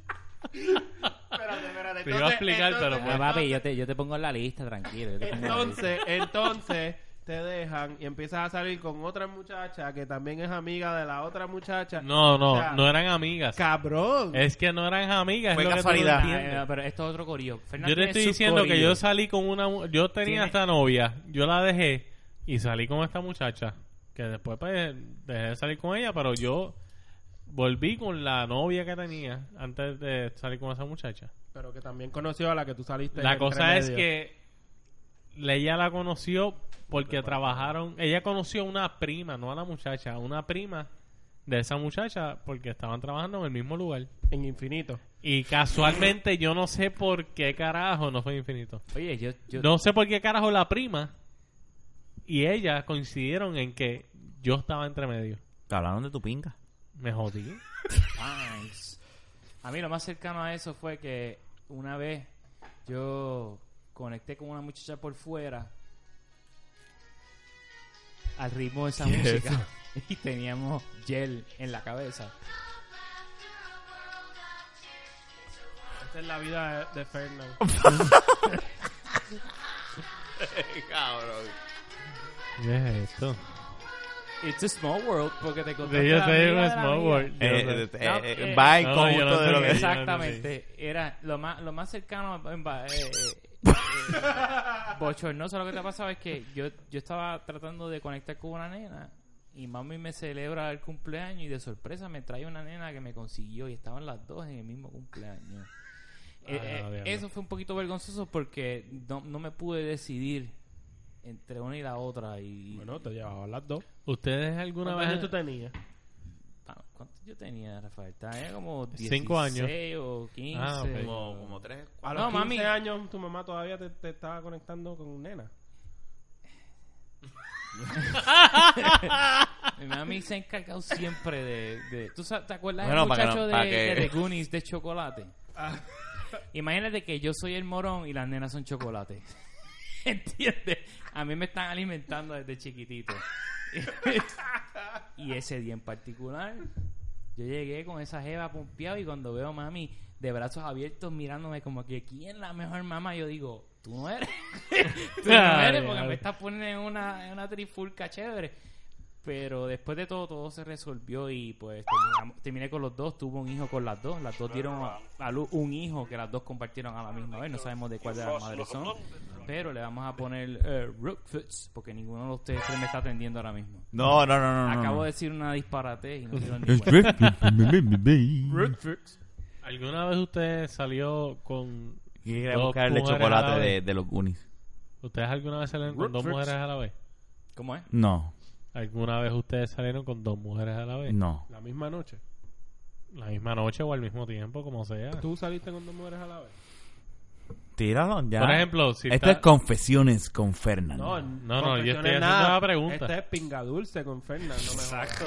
D: Espérate, espérate.
B: Te iba a explicar, pero
C: Ah,
B: pues-
C: papi, yo te, yo te pongo en la lista, tranquilo. yo te pongo en la lista.
D: Entonces, entonces te dejan y empiezas a salir con otra muchacha que también es amiga de la otra muchacha.
B: pues, No,
D: eh, O
B: no,
D: sea,
B: no eran amigas.
D: Cabrón.
C: Eh,
B: Es que no eran amigas.
A: Fue
B: es lo que tú no
A: casualidad.
C: Ah,
B: entiendes.
C: eh, pero esto es otro corillo. Fernan
B: Yo te
C: tiene
B: estoy
C: su
B: diciendo que
C: corillo.
B: yo salí con una... mu- Yo tenía
C: Tiene-
B: esta novia, yo la dejé y salí con esta muchacha, que después pues, dejé de salir con ella, pero yo volví con la novia que tenía antes de salir con esa muchacha.
D: Pero que también conoció a la que tú saliste. en
B: La
D: el
B: cosa es
D: remedio.
B: que la- ella la conoció porque trabajaron, ella conoció a una prima, no a la muchacha, a una prima de esa muchacha porque estaban trabajando en el mismo lugar.
D: En infinito.
B: Y casualmente yo no sé por qué carajo no fue infinito.
C: Oye, yo. yo
B: No sé por qué carajo la prima y ella coincidieron en que yo estaba entre medio.
A: Te hablaron de tu pinga.
B: Me jodí.
C: Nice. A mí lo más cercano a eso fue que una vez yo conecté con una muchacha por fuera al ritmo de esa música y teníamos gel en la cabeza.
D: Esta es la vida de, de Fernan.
A: Cabrón.
B: ¿Qué es esto?
C: It's a small world porque te
B: Yo
C: contaste
B: sé,
C: la amiga
B: es
C: de la
B: Small
C: amiga.
B: World. Yo
A: Eh,
B: sé.
A: eh,
C: No,
A: eh,
C: eh,
A: va en
B: no,
A: conjunto
B: yo no
A: de lo
B: sé
A: que...
C: Exactamente, era lo más lo más cercano a- en va- eh, eh, eh, bochornoso lo que te ha pasado es que yo yo estaba tratando de conectar con una nena y mami me celebra el cumpleaños y de sorpresa me trae una nena que me consiguió y estaban las dos en el mismo cumpleaños. Eh,
B: Ah,
C: eh,
B: diablo.
C: eso fue un poquito vergonzoso porque no, no me pude decidir entre una y la otra y
D: Bueno, te llevabas las dos.
B: ¿Ustedes alguna
D: ¿Cuántos años tú
B: vez...
D: tenías?
C: Ah, ¿cuánto yo tenía Rafael? Tenía como 16
B: Cinco años.
C: o 15.
B: Ah, ok.
A: Como, como tres...
D: A los
C: No,
D: 15
C: mami.
D: años tu mamá todavía te, te estaba conectando con nena.
C: Mi mami se ha encargado siempre de... de- ¿Tú sabes- te acuerdas del
A: Bueno, para que
C: muchacho
A: no-
C: de,
A: para
C: de
A: que- Ah.
C: The Goonies de chocolate? Imagínate que yo soy el morón y las nenas son chocolate. ¿Entiendes? A mí me están alimentando desde chiquitito. y ese día en particular, yo llegué con esa jeva pompeado y cuando veo a mami de brazos abiertos mirándome como que ¿quién es la mejor mamá? Yo digo, tú no eres. tú no eres porque me estás poniendo en una, en una trifulca chévere. Pero después de todo, todo se resolvió y pues terminamos- terminé con los dos. Tuvo un hijo con las dos. Las dos dieron a, a luz un hijo que las dos compartieron a la misma vez. No sabemos de cuál de las madres son. Pero le vamos a poner eh, Rookfoots porque ninguno de ustedes tres me está atendiendo ahora mismo.
A: No, no, no, no. no,
C: Acabo
A: no.
C: de decir una disparate y no dieron ni cuenta.
A: Quiere
B: ¿Alguna vez usted salió con... dos
A: buscar el de
B: mujeres a
A: chocolate
B: la vez?
A: de, de los Goonies.
B: ¿Ustedes alguna vez salieron con dos
D: Root
B: mujeres a la vez?
C: ¿Cómo es?
A: No,
B: ¿Alguna vez ustedes salieron con dos mujeres a la vez?
A: no.
D: La misma noche.
B: La misma noche o al mismo tiempo, como sea.
D: ¿Tú saliste con dos mujeres a la vez?
A: Tíralo ya.
B: Por ejemplo, si
A: Esto
B: está-
A: es confesiones con Fernando.
B: no, no,
D: confesiones
B: yo estoy haciendo
D: nada.
B: una pregunta.
D: Esta es pinga dulce con Fernando. Exacto.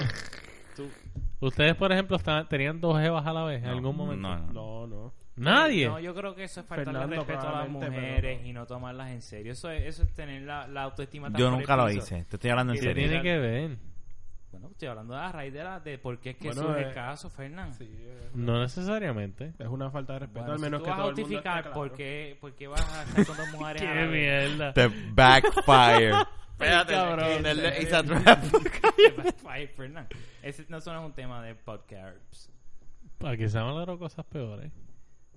B: Ustedes, por ejemplo, estaban- tenían dos jevas a la vez en
A: No,
B: algún momento.
A: no, no.
D: No, no.
B: Nadie.
C: No, yo creo que eso es faltarle
D: Fernando,
C: respeto a las
D: probablemente, pero
C: mujeres
D: no.
C: y no tomarlas en serio. Eso es, eso es tener la, la autoestima tan
A: Yo
C: por el
A: nunca lo
C: piso.
A: hice. Te estoy hablando en
C: ¿Qué
B: ¿Qué
A: serio.
B: tiene que ver?
C: Bueno, estoy hablando de la raíz de, la, de por qué es que
D: Bueno,
C: surge
D: eh,
C: el caso, Fernán.
D: Sí, eh,
B: No necesariamente.
D: es una falta de respeto.
C: Bueno,
D: al
C: si
D: menos
C: tú
D: que
C: vas a
D: todo el mundo
C: justificar
D: esté
C: por,
D: claro.
C: qué, por qué vas a estar con dos mujeres a la
B: ¡Qué
C: vez.
B: mierda!
A: The backfire. Espérate,
C: Cabrón.
A: el- it's a trap.
C: Ay, Fernán. Ese no solo es un tema de podcast.
B: Aquí se han hablado cosas peores.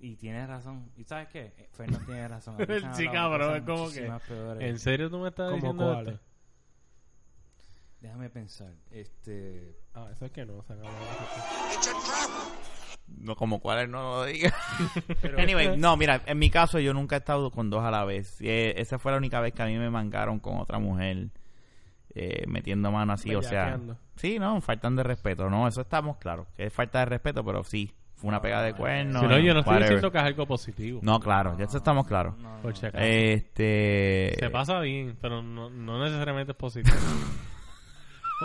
C: Y tienes razón. ¿Y sabes qué? Eh, Fernán tiene razón. Aquí
B: Sí,
C: se han
B: cabrón,
C: hablado cosas
B: es como
C: muchísimas peores.
B: ¿En serio tú me estás
D: ¿Cómo
B: diciendo
D: cuál?
B: esto?
C: Déjame pensar. Este...
D: Ah, eso es que no. Se acabó.
A: No, como cuáles no lo diga. anyway, no, mira, en mi caso yo nunca he estado con dos a la vez. Eh, esa fue la única vez que a mí me mangaron con otra mujer eh, metiendo mano así, o sea.
D: Bellaqueando.
A: Sí, no, faltan de respeto, no, eso estamos claros. que Es falta de respeto, pero sí, fue una pega de cuerno.
B: si no, yo no estoy
A: whatever.
B: diciendo que es algo positivo.
A: No, Eh, claro, ya eso estamos claros.
C: No, no.
B: Por si acaso.
A: Este.
B: Se pasa bien, pero no, no necesariamente es positivo.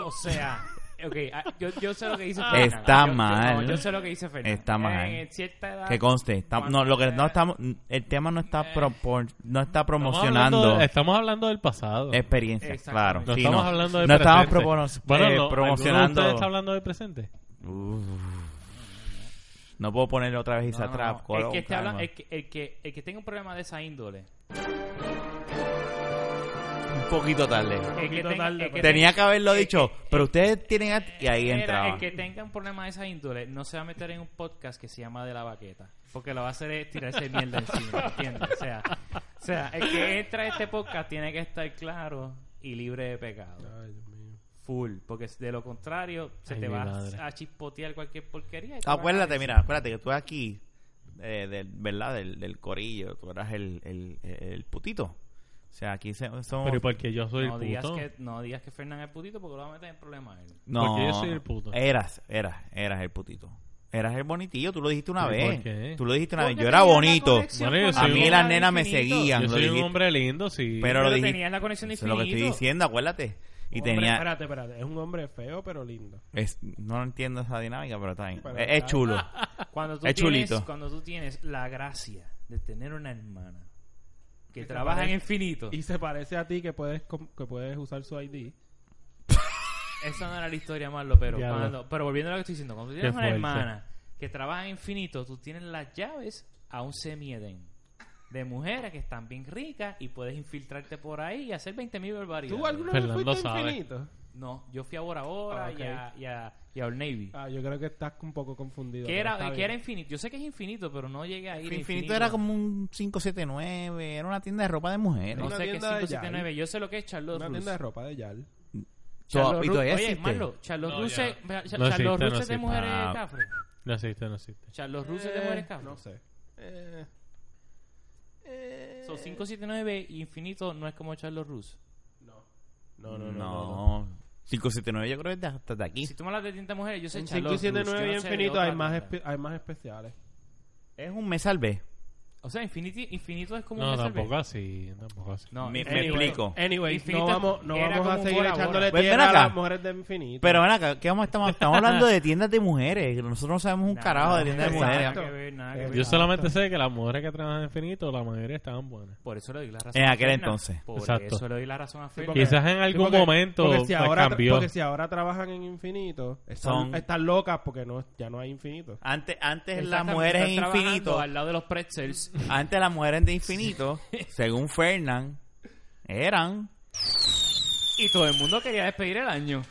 C: O sea, ok, ah, yo, yo sé lo que
B: Ah.
C: dice Fernanda.
A: Está
C: Yo- yo-
A: mal.
C: no, Yo, sé lo que dice Fernanda.
A: Está mal.
C: En cierta edad.
A: Que conste, está- no, lo que no estamos, el tema no está propor- no está
B: Eh, Estamos
A: promocionando
B: hablando, estamos hablando del pasado.
A: experiencias, claro.
C: Exactamente.
B: no
A: Eh, sí,
B: estamos
A: no.
B: hablando del
A: No
B: presente.
A: estamos propono- eh,
B: no, ¿alguno de
A: promocionando.
B: ustedes está hablando del presente?
A: Uf. No puedo ponerle otra vez
C: No, no,
A: Isa
C: no.
A: Trap.
C: El que, te habla, el, que, el, que, el que tenga un problema de esa índole.
A: un poquito tarde.
C: El que
B: poquito
C: tenga,
B: tarde,
C: el que
B: pero-
A: Tenía que haberlo
C: el-
A: dicho, pero ustedes tienen... at- Y ahí
C: Mira,
A: entraba.
C: el que tenga un problema de esa índole no se va a meter en un podcast que se llama De la Baqueta. Porque lo va a hacer es tirarse mierda encima, ¿entiendes? O sea, o sea, el que entra a este podcast tiene que estar claro y libre de pecado.
D: Ay, Dios mío.
C: Full. Porque de lo contrario, se
B: Ay,
C: te
B: mi
C: va
B: madre.
C: a chispotear cualquier porquería. y te van a
A: Acuérdate,
C: decir-
A: mira, acuérdate que tú aquí, eh, del, ¿verdad? Del, del corillo, tú eras el, el, el putito. O sea, aquí se, somos...
B: Pero porque yo soy
C: No
B: el
C: digas,
B: puto.
C: que, no digas que Fernán es putito porque lo va a meter en problemas a él.
A: No,
B: Porque yo soy el puto.
A: Eras, eras, eras el putito. Eras el bonitillo, tú lo dijiste una
B: ¿Y por
A: vez.
B: qué?
A: Tú lo dijiste una vez.
C: Porque
A: Yo era
C: tenía la
A: bonito.
C: conexión
B: Bueno, yo
C: con
B: soy
A: A
B: un-
A: mí
B: Sí,
A: las nenas me
C: infinito.
A: seguían.
B: Yo
A: lo
B: soy un
A: dijiste.
B: hombre lindo, sí.
A: Pero lo
C: Pero
A: dijiste.
C: tenías la conexión de
A: Eso es lo que estoy
C: infinito.
A: diciendo, acuérdate. Y
D: Hombre,
A: tenía.
D: Espérate, espérate. Es un hombre feo, pero lindo.
A: es- no entiendo esa dinámica, pero está bien.
D: Pero
A: es, es
D: está-
A: chulo.
C: Cuando tú,
A: Es
C: tienes,
A: chulito.
C: cuando tú tienes la gracia de tener una hermana que
D: Que se
C: trabaja en
D: parece-
C: infinito,
D: Y se parece a ti que puedes, com- que puedes usar su ID.
C: esa no era la historia, Marlo, pero,
B: Diablo.
C: cuando- pero volviendo a lo que estoy diciendo, cuando tú tienes una
B: fuerte.
C: hermana que trabaja en infinito, tú tienes las llaves a un semiedén de mujeres que están bien ricas y puedes infiltrarte por ahí y hacer 20.000 mil barbaridades.
D: ¿Tú alguna vez
B: Fernando
D: fuiste
B: sabe.
D: infinito?
C: No, yo fui a Bora Bora
D: Ah, ok.
C: y, a, y, a, y a Old Navy.
D: Ah, yo creo que estás un poco confundido.
C: que
D: pero
C: era,
D: está
C: que
D: bien.
C: era infinito. Yo sé que es infinito, pero no llegué a ir. a
A: Infinito, era como un 579. Era una tienda de ropa de mujeres.
C: No
D: Una
C: sé qué es
D: tienda de
C: 579. Yo sé lo que es Charlotte
D: Una
C: Russe.
D: tienda de ropa de Yal.
A: So-
C: Charlotte
A: y
C: Ru-
A: todavía
C: Oye,
A: existe.
C: Marlo, Charlotte
B: No,
C: Russe,
B: ya.
C: mira, Cha-
B: No existe,
C: Charlotte
B: no
C: Russe de
B: existe.
C: mujeres
A: Ah.
C: cafres.
B: No existe, no existe.
C: Charlotte Russe de mujeres cafres.
D: Eh, No sé. Eh,
C: Son 579 infinito no es como Charlotte Russe.
D: no.
A: No,
D: No, no, no. no, no.
A: 579, yo creo que es de- hasta de aquí.
C: Si tú me hablas de tienda mujeres, yo sé
D: En
C: Charlotte Russe.
D: 579 y
C: yo no sé de
D: infinito
C: otra
D: hay más,
C: tienda.
D: espe- hay más especiales.
A: Es un mes al B.
C: O sea, Infinity, infinito es como
B: No,
C: un SB.
B: tampoco así, tampoco así.
C: No,
A: Me- me
C: anyway.
A: explico.
D: Anyway,
C: Infinito
D: no vamos, no
C: era
D: vamos a
C: como
D: seguir
C: Bora Bora.
D: echándole
A: Ven, ven
D: tierra
A: acá.
D: a las mujeres de infinito.
A: Pero ven acá, ¿qué vamos, estamos, estamos hablando de tiendas de mujeres. Nosotros no sabemos un
C: Nah,
A: carajo de tiendas de
C: exacto.
A: mujeres.
C: Nada que ver, nada que
D: Yo
C: ver.
B: Yo solamente sé que las mujeres que trabajan en Infinito, la mayoría estaban buenas.
C: Por eso le doy la razón.
A: En
C: a
A: aquel
C: Fernan.
A: entonces.
C: Por
B: Exacto.
C: eso le doy la razón a Fernan.
D: porque-
B: Quizás en
D: Sí,
B: algún
D: porque-
B: momento
D: porque si
B: pues,
D: ahora tra-
B: cambió.
D: Porque si ahora trabajan en infinito, están,
A: Son-
D: están locas porque no, ya no hay infinito.
A: Antes, antes las
C: Exactamente,
A: mujeres en
C: están trabajando
A: infinito,
C: Al lado de los pretzels.
A: antes las mujeres de infinito, según Fernán, eran
C: Y todo el mundo quería despedir el año.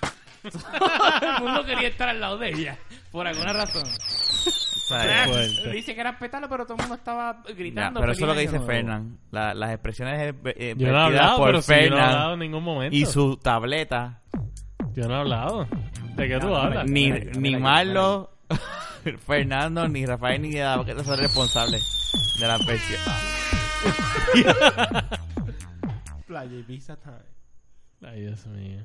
C: todo el mundo quería estar al lado de ella. Por alguna razón.
A: o sea,
B: fuerte.
C: Dice que era pétalo, pero todo el mundo estaba
A: Ya,
C: gritando.
A: pero eso es lo que
C: feliz
A: dice
C: año nuevo.
A: Fernan. La- las expresiones eh, eh,
B: Yo no he
A: vertidas
B: hablado, pero
A: por
B: si yo no he hablado
A: Fernan
B: en ningún momento.
A: y su tableta.
B: Yo no he hablado. ¿De qué tú
C: Ya,
B: hablas?
A: Ni,
C: Mira, mira,
A: ni
C: mira,
A: Marlo, Fernando, ni Rafael, ni la Baqueta son responsables de la presión.
D: Playa Ibiza time.
B: Ay, Dios mío.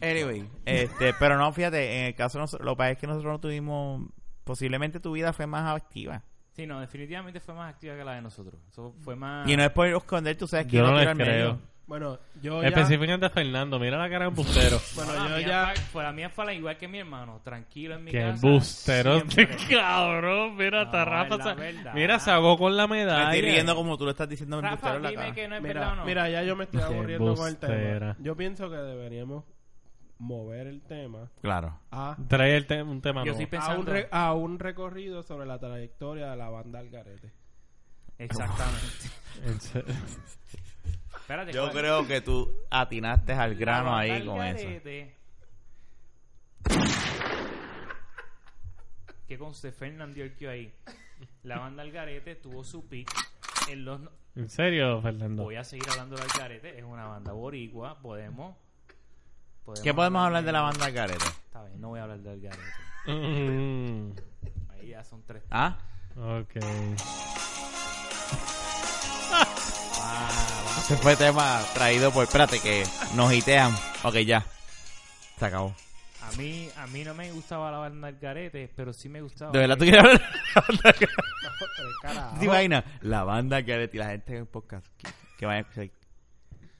A: Anyway, este, pero no, fíjate, en el caso de nosotros, lo que pasa es que nosotros no tuvimos, posiblemente tu vida fue más activa.
C: Sí, no, definitivamente fue más activa que la de nosotros. Eso fue más.
A: Y no es por esconder, tú sabes que
B: Ah. Yo
A: yo
B: no
A: la
B: les
A: tiro al medio.
B: creo.
D: Bueno, yo ya...
B: Específicamente a Fernando, mira la cara de embustero.
D: Bueno,
C: No, la
D: yo
C: mía
D: ya...
C: fue- fue la mía fue la igual que mi hermano, tranquilo en mi
B: Que
C: casa.
B: embustero. Qué
C: siempre.
B: cabrón. Mira, hasta
C: No,
B: Rafa.
C: es la
B: sa-
C: verdad.
B: Mira, se ahogó con la
A: Me
B: medalla.
A: estoy riendo como tú lo estás diciendo me
C: Rafa,
A: gustaron la
C: dime
A: cara.
C: que no es verdad o
D: Mira,
C: no.
D: mira, ya yo me estoy
B: Qué
D: aburriendo con el
B: embustera.
D: tema. Yo pienso que deberíamos mover el tema
A: Claro.
D: a,
B: Trae el te- un tema
C: Yo
B: nuevo.
C: sí pe-
D: a, un
C: Pensando.
D: re- a un recorrido sobre la trayectoria de la banda Algarete.
C: Exactamente.
B: En serio.
C: Espérate,
A: Yo creo que tú atinaste al grano ahí con eso.
C: Que conste Fernando dio el cue ahí. La banda Algarete tuvo su pick en los. no-
B: En serio, Fernando.
C: Voy a seguir hablando de Algarete, es una banda boricua, podemos.
A: ¿Qué podemos hablar de la banda Garete?
C: Está bien, no voy a hablar de Algarete.
B: Mm,
C: Ahí ya son tres.
A: ¿Ah?
B: ok.
A: Ese fue tema traído por... Espérate, que nos hitean. Ok, ya. Se acabó.
C: A mí, a mí no me gustaba la banda Algarete, pero sí me gustaba.
A: ¿De verdad tú quieres hablar? de la banda Garete?
D: Pero, carajo.
A: ¿Te imaginas? La banda Garete y la gente en el podcast que, que van a escuchar.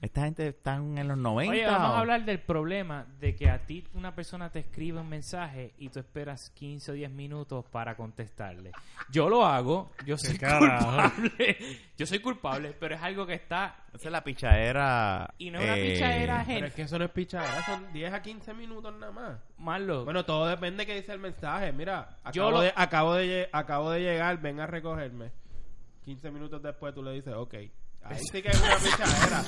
A: Esta gente están en los 90.
C: Oye, vamos
A: o-
C: a hablar del problema de que a ti una persona te escribe un mensaje y tú esperas 15 o 10 minutos para contestarle. Yo lo hago, yo soy
B: carajo.
C: culpable. Yo soy culpable, pero es algo que está
A: Esa es la pichadera...
C: y no es una
A: eh,
C: pichadera
D: Pero es
C: gente.
D: que eso no es pichadora, son 10 a 15 minutos nada más.
C: Malo.
D: Bueno, todo depende de qué dice el mensaje. Mira, acabo,
C: Yo lo-
D: de, acabo, de, lle- acabo de llegar, ven a recogerme. 15 minutos después tú le dices, ok. Ahí sí que es una pichadera.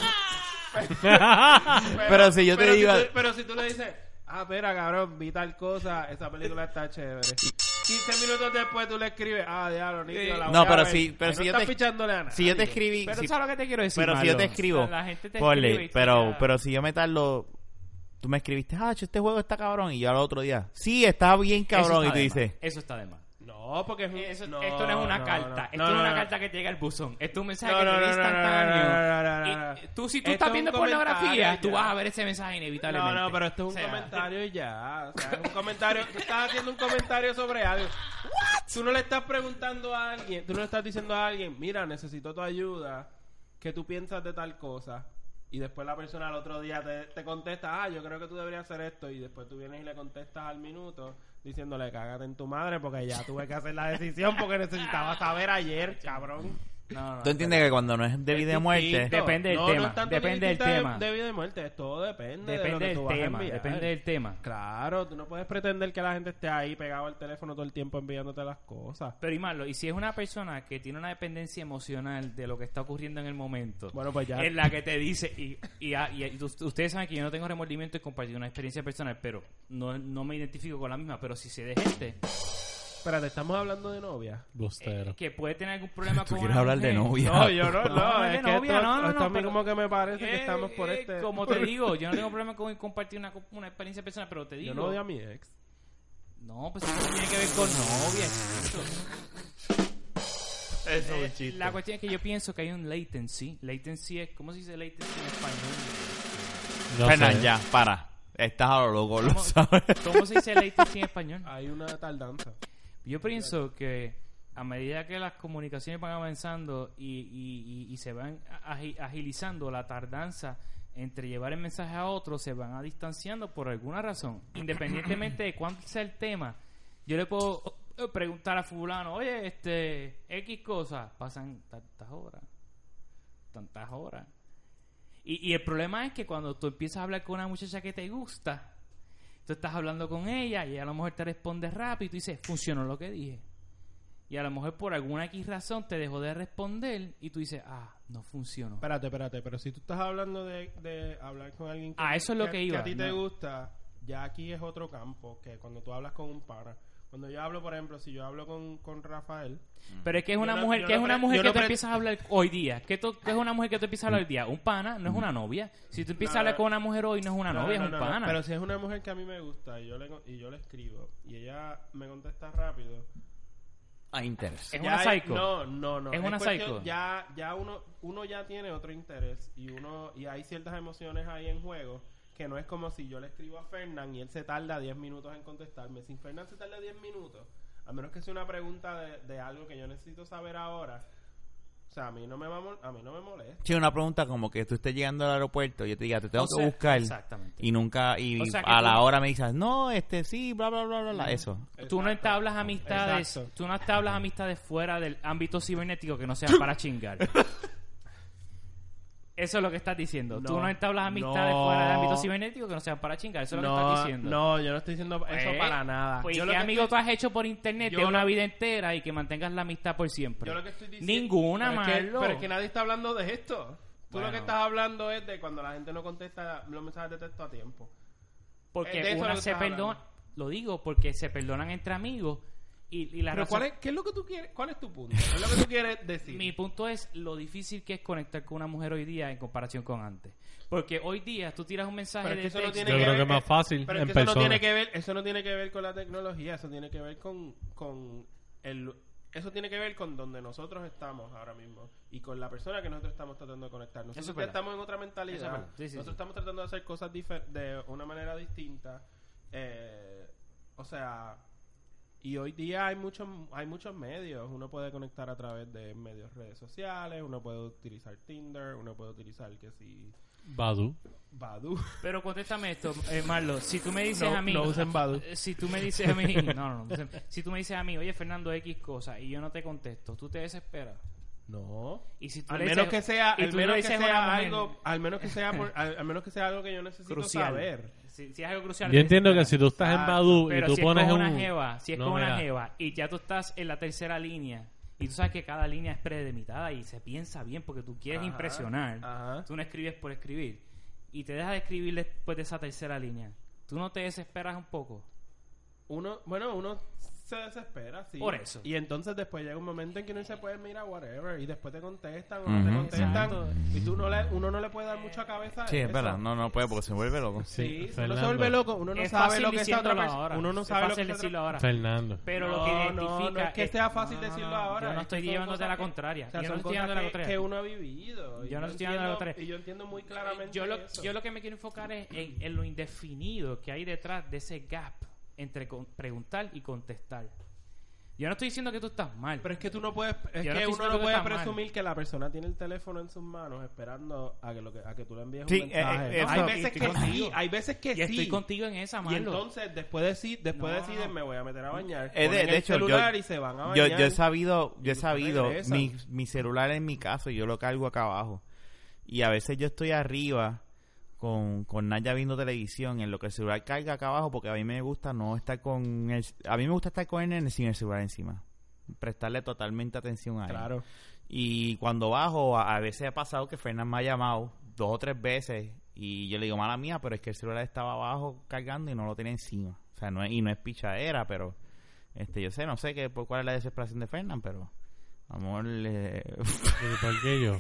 A: Pero si yo te digo-
D: Si tú- pero si tú le dices, ah, espera, cabrón, vi tal cosa, esa película está chévere. 15 minutos después tú le escribes, ah, diablo, nítido, la voy
A: No,
D: a
A: pero
D: ver".
A: si- pero
D: Ahí
A: si
D: no
A: yo
D: estás
A: te-
D: pichándole a nadie.
A: Si yo te escribí...
C: pero
A: si-
C: ¿sabes lo que te quiero decir?
A: Pero si yo
C: Malo?
A: te escribo,
C: O sea, la gente te
A: ponle,
C: escribe y "Ah, tú
A: pero,
C: ya-
A: pero si yo me tardo, tú me escribiste, ah, che, este juego está cabrón, y yo al otro día, sí, está bien
C: Eso
A: cabrón, y
C: está
A: tú
C: de
A: dices,
C: más. Eso está de más.
D: No, porque es un-
C: Eso-
D: no,
C: esto no es una
D: no, no.
C: carta, esto
D: No,
C: es
D: no,
C: una
D: no.
C: carta que te llega al buzón. Esto es un mensaje
D: No,
C: que
D: no,
C: te
D: no,
C: llega
D: no, no,
C: instantáneo.
D: no, no, no, no, no.
C: Y tú, si tú
D: Esto
C: estás
D: es
C: viendo
D: un comentario,
C: pornografía, tú
D: ya.
C: vas a ver ese mensaje inevitablemente.
D: No, no, pero esto es
C: O
D: un
C: sea,
D: comentario y ya. O sea, es un comentario. Tú estás haciendo un comentario sobre algo. Tú no le estás preguntando a alguien, tú no le estás diciendo a alguien, mira, necesito tu ayuda, ¿qué tú piensas de tal cosa? Y después la persona al otro día te, te contesta, ah, yo creo que tú deberías hacer esto. Y después tú vienes y le contestas al minuto diciéndole, cágate en tu madre porque ya tuve que hacer la decisión porque necesitaba saber ayer, cabrón.
C: No, no,
A: tú entiendes que cuando no es de vida o muerte,
C: distinto. Depende del tema,
D: es tanto
C: depende del
D: distinta de-
C: tema.
D: De, vida y muerte, todo depende. de lo
C: Depende
D: que tú
C: del
D: vas a
C: tema,
D: enviar.
C: depende del tema.
D: Claro, tú no puedes pretender que la gente esté ahí pegado al teléfono todo el tiempo enviándote las cosas.
C: Pero y Marlo, y si es una persona que tiene una dependencia emocional de lo que está ocurriendo en el momento,
D: Bueno, pues ya.
C: en la que te dice, y, y, a- y a- y tú- ustedes saben que yo no tengo remordimiento en compartir una experiencia personal, pero no, no me identifico con la misma, pero si sé de gente
D: Espérate, estamos hablando de novia.
B: Bustero.
C: eh, que puede tener algún problema
A: Tú
C: con
A: quieres
C: una
A: hablar de
C: mujer.
A: novia.
D: No, yo no,
C: No,
D: no,
C: no es
D: es
C: de
D: que
C: novia,
D: esto,
C: no, no,
D: esto a
C: no,
D: mí
C: pero-
D: como que me parece que
C: Eh,
D: estamos por
C: eh,
D: este.
C: Como te digo, yo no tengo problema con compartir una, una experiencia personal, pero te digo.
D: Yo no odio a mi ex.
C: No, pues eso tiene que ver con novia. chico.
A: eso
C: Eh, la cuestión es que yo pienso que hay un latency. Latency es, ¿cómo se dice latency en español?
B: No
A: Fernan,
B: sé.
A: ya, para, estás a lo loco, lo
C: ¿Cómo-
A: sabes.
C: ¿Cómo se dice latency en español?
D: Hay una tardanza.
C: Yo pienso que a medida que las comunicaciones van avanzando y, y- y- y se van agi- agilizando la tardanza entre llevar el mensaje a otro, se van a distanciando por alguna razón. Independientemente de cuál sea el tema, yo le puedo eh, preguntar a fulano, oye, este, X cosas, pasan tantas horas, tantas horas. Y, y el problema es que cuando tú empiezas a hablar con una muchacha que te gusta, tú estás hablando con ella y ella a lo mejor te responde rápido y tú dices, funcionó lo que dije. Y a lo mejor por alguna X razón te dejó de responder y tú dices, ah, no funcionó.
D: Espérate, espérate, pero si tú estás hablando de, de hablar con alguien
C: Ah, eso es lo que iba,
D: a ti
C: no.
D: te gusta, ya aquí es otro campo que cuando tú hablas con un pana. Cuando yo hablo, por ejemplo, si yo hablo con, con Rafael,
C: Pero es que es
D: Yo
C: una
D: no-
C: mujer,
D: yo
C: que
D: no
C: es una
D: pre-
C: mujer
D: yo
C: que
D: no
C: tú
D: pre-
C: empiezas a hablar hoy día. ¿Qué, tú- qué es una mujer que tú empiezas a hablar hoy día? Un pana, no es una novia. Si tú empiezas a
D: No,
C: hablar
D: no.
C: con una mujer hoy, Ah, no es una
D: No,
C: novia,
D: no,
C: es un
D: no, no.
C: pana.
D: Pero si es una mujer que a mí me gusta y yo le, y yo le escribo y ella me contesta rápido.
A: Hay interés.
C: es
D: ya
C: una
D: hay-
C: psycho.
D: No, no, no.
C: Es una
D: cuestión-
C: psycho.
D: Ya, ya uno, uno ya tiene otro interés y uno y hay ciertas emociones ahí en juego que no es como si yo le escribo a Fernán y él se tarda 10 minutos en contestarme. Si Fernán se tarda 10 minutos, a menos que sea una pregunta de, de algo que yo necesito saber ahora, o sea, a mí no me, va a mol- a mí no me molesta.
A: Sí, una pregunta como que tú estés llegando al aeropuerto y yo te diga, te tengo
C: O
A: que
C: sea,
A: buscar.
C: Exactamente.
A: Y nunca, y
C: O sea, que
A: a
C: tú-
A: la hora me dices, no, este sí, bla, bla, bla, bla, bla. Eso.
C: Tú no
D: Exacto.
C: entablas amistades,
D: Exacto.
C: tú no entablas amistades fuera del ámbito cibernético que no sea para chingar. Eso es lo que estás diciendo. tú
D: No.
C: no entablas amistades
D: No.
C: fuera del ámbito cibernético que no sean para chingar. Eso es lo que estás diciendo.
D: no, yo no estoy diciendo eso
C: Pues,
D: para nada.
C: Pues,
D: yo
C: ¿qué
D: que
C: amigo
D: estoy-
C: tú has hecho por internet
D: yo
C: de una
D: lo-
C: vida entera y que mantengas la amistad por siempre?
D: Yo lo que estoy diciendo.
C: Ninguna,
D: pero es que-
C: Marlo.
D: pero es que nadie está hablando de esto. Tú
C: Bueno.
D: lo que estás hablando es de cuando la gente no contesta los mensajes de texto a tiempo.
C: Porque
D: Es Eh, de eso
C: una
D: lo que
C: se
D: estás hablando.
C: perdona, lo digo porque se perdonan entre amigos y, y la
D: Pero
C: razón-
D: ¿cuál es, ¿qué es lo que tú quieres? ¿Cuál es tu punto? ¿Qué es lo que tú quieres decir?
C: Mi punto es lo difícil que es conectar con una mujer hoy día en comparación con antes. Porque hoy día tú tiras un mensaje
D: Pero
C: de
D: es que eso
C: texto.
D: no tiene
B: Yo
D: que
B: creo
D: ver,
B: que es más fácil
D: pero es
B: en
D: que eso no
B: persona.
D: tiene que ver, eso no tiene que ver con la tecnología, eso tiene que ver con, con el eso tiene que ver con donde nosotros estamos ahora mismo y con la persona que nosotros estamos tratando de conectar.
C: Eso es
D: Nosotros ya
C: verdad.
D: estamos en otra
C: Eso es
D: mentalidad.
C: verdad. Sí, sí,
D: nosotros
C: sí.
D: estamos tratando de hacer cosas difer- de una manera distinta. Eh, o sea, y hoy día hay muchos hay muchos medios. Uno puede conectar a través de medios redes sociales, uno puede utilizar Tinder, uno puede utilizar que si
B: Badu.
D: Badu.
C: Pero contéstame esto, eh, Marlo. Si tú me dices
D: No-
C: a mí.
D: no usen Badu.
C: Eh, Si tú me dices a mí. No, no, no. Si tú me dices a mí, oye, Fernando, X cosa, y yo no te contesto, tú te desesperas.
D: No.
C: Y si tú
D: Al
C: le
D: menos que
C: dices-
D: sea,
C: y
D: al
C: tú le
D: menos que
C: dices a una
D: sea
C: mujer-
D: algo, al menos que sea, por- al, al menos que sea algo que yo necesito
C: crucial.
D: saber.
C: Si, si es algo crucial.
B: Yo entiendo que si tú estás en
D: Exacto,
B: Badu y
C: Ah, Pero
B: tú
C: si
B: pones
C: es con
B: un...
C: una jeva, si es
B: No,
C: con una
B: mira.
C: jeva y ya tú estás en la tercera línea y tú sabes que cada línea es predemitada y se piensa bien porque tú quieres
D: Ajá,
C: impresionar,
D: ajá.
C: tú no escribes por escribir y te dejas de escribir después de esa tercera línea. ¿Tú no te desesperas un poco?
D: Uno, bueno, uno se desespera, sí.
C: Por eso.
D: Y entonces después llega un momento en que uno se puede mirar whatever y después te contestan o no te
A: Ujú.
D: contestan
C: Exacto.
D: y tú no le, uno no le puede dar mucha cabeza. a
A: Sí, es
D: eso.
A: verdad. No, no puede porque se vuelve loco.
D: Sí, uno se
B: Fernando.
D: vuelve loco, uno no
C: es
D: sabe
C: fácil
D: lo que es otra
C: diciéndolo
D: persona,
C: ahora.
D: uno no
C: es
D: sabe lo que
C: fácil
D: es otra-
C: decirlo ahora.
B: Fernando.
C: Pero
D: No,
C: lo que
D: no,
C: identifica
D: no, es que sea fácil
C: no, no,
D: decirlo
C: no, Yo
D: ahora,
C: no
D: es que
C: estoy
D: son
C: llevándote a
D: cosas
C: la
D: que-
C: contraria.
D: o sea,
C: yo no
D: son
C: estoy
D: cosas
C: llevando a la
D: que-
C: contraria.
D: que uno ha vivido. y
C: Yo no estoy hablando de la
D: entiendo-
C: otra.
D: Y yo entiendo muy claramente
C: yo lo,
D: eso.
C: yo lo que me quiero enfocar es en, en lo indefinido que hay detrás de ese gap entre con- preguntar y contestar. Yo no estoy diciendo que tú estás mal.
D: Pero es que tú no puedes, es
C: Yo no
D: que
C: estoy
D: uno
C: diciendo
D: no
C: que
D: puede
C: está mal.
D: presumir que la persona tiene el teléfono en sus manos esperando a que, lo que, a que tú le envíes
A: Sí,
D: un mensaje.
A: eh, eh,
D: hay
A: eso-
D: veces
C: estoy
D: que
C: contigo.
D: sí, hay veces que
C: y estoy
D: sí.
C: contigo en esa,
D: y
C: Marlo.
D: entonces después deciden, después
C: No.
D: deciden me voy a meter a bañar.
A: Eh, de,
D: ponen
A: de
D: el
A: hecho,
D: celular
A: yo,
D: y se van a
A: yo,
D: bañar.
A: yo he sabido, yo he sabido,
D: regresan.
A: mi, mi celular en mi caso, yo lo cargo acá abajo. Y a veces yo estoy arriba con, con Naya viendo televisión, en lo que el celular carga acá abajo, porque a mí me gusta no estar con el, a mí me gusta estar con él en- sin el celular encima. Prestarle totalmente atención a él.
D: Claro.
A: Y cuando bajo, a, a veces ha pasado que Fernández me ha llamado dos o tres veces y yo le digo, mala mía, pero es que el celular estaba abajo cargando y no lo tenía encima. O sea, no es, y no es pichadera, pero este yo sé, no sé qué, por cuál es la desesperación de Fernández, pero amor, le...
B: ¿Y ¿Por qué yo?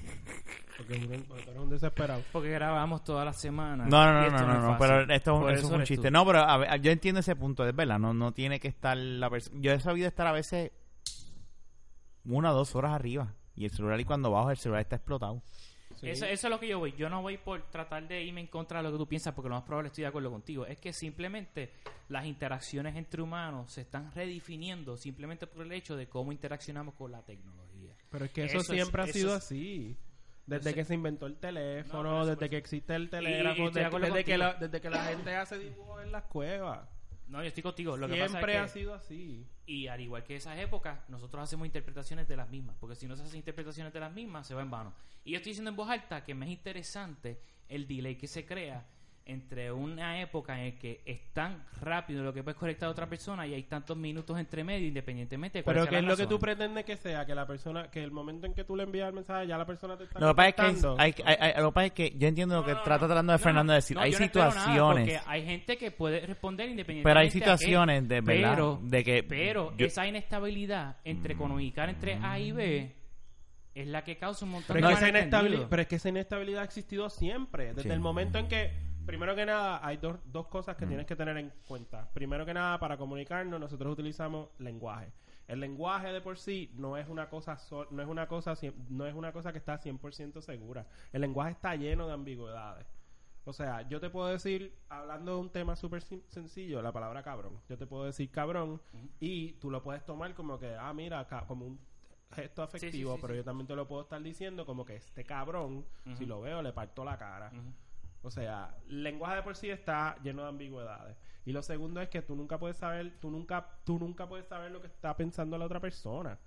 D: Porque uno- porque tú eres un desesperado.
C: Porque grabamos todas las semanas.
A: No, no,
C: Y
A: no, no,
C: esto
A: no,
C: es
A: no,
C: fácil.
A: pero esto es un-
C: Por
A: eso
C: eso
A: es un
C: eres
A: chiste.
C: tú.
A: No, pero a ver, yo entiendo ese punto, es verdad, no, no tiene que estar la persona. Yo he sabido estar a veces una o dos horas arriba y el celular, y cuando bajo, el celular está explotado.
D: Sí.
C: Eso, eso es lo que yo voy. Yo no voy por tratar de irme en contra de lo que tú piensas, porque lo más probable estoy de acuerdo contigo. Es que simplemente las interacciones entre humanos se están redefiniendo simplemente por el hecho de cómo interaccionamos con la tecnología.
D: Pero es que eso,
C: Eso es-
D: siempre ha
C: eso
D: sido
C: es-
D: así.
C: Yo
D: Desde
C: sé.
D: que se inventó el
C: No,
D: teléfono,
C: por eso, por
D: desde que
C: eso.
D: existe el
C: y
D: telégrafo,
C: estoy de
D: desde,
C: acuerdo
D: desde que la,
C: contigo.
D: desde que la gente hace dibujos en las cuevas.
C: No, yo estoy contigo. Lo que pasa es
D: siempre
C: que,
D: ha sido así.
C: Y al igual que esas épocas, nosotros hacemos interpretaciones de las mismas, porque si no se hacen interpretaciones de las mismas, se va en vano. Y yo estoy diciendo en voz alta que me es interesante el delay que se crea entre una época en la que es tan rápido lo que puedes conectar a otra persona y hay tantos minutos entre medio, independientemente de cuál
D: Pero
C: sea
D: que es
C: la
D: lo que tú
C: razón.
D: pretendes que sea, que la persona, que el momento en que tú le envías el mensaje, ya la persona te está
A: Lo que pasa es que,
D: contestando.
A: hay- hay- hay- lo que pasa es que yo entiendo lo que
C: No, no,
A: trata
C: no,
A: tratando de
C: no,
A: Fernando de decir.
C: no,
A: hay
C: yo no espero nada,
A: situaciones.
C: porque hay gente que puede responder independientemente.
A: Pero hay
C: a qué,
A: situaciones de verdad,
C: Pero,
A: de que
C: pero
A: Mm, yo-
C: esa inestabilidad entre comunicar entre A y B es la que causa un montón
D: Pero,
C: de
D: es que esa
C: malentendidos.
D: inestabilidad, pero es que esa inestabilidad ha existido siempre. Desde
A: Sí.
D: el momento en que, primero que nada, hay dos, dos cosas que tienes que tener en cuenta. Primero que nada, para comunicarnos, nosotros utilizamos lenguaje. El lenguaje de por sí no es una cosa sol- no es una cosa cien- no es una cosa que está 100% segura. El lenguaje está lleno de ambigüedades. O sea, yo te puedo decir, hablando de un tema súper sen- sencillo, la palabra cabrón. Yo te puedo decir cabrón y tú lo puedes tomar como que, ah, mira, ca- como un gesto
C: sí,
D: afectivo,
C: sí,
D: pero
C: sí.
D: yo también te lo puedo estar diciendo como que este cabrón, si lo veo, le parto la cara.
C: Ujú.
D: O sea, el lenguaje de por sí está lleno de ambigüedades. Y lo segundo es que tú nunca puedes saber, tú nunca, tú nunca puedes saber lo que está pensando la otra persona.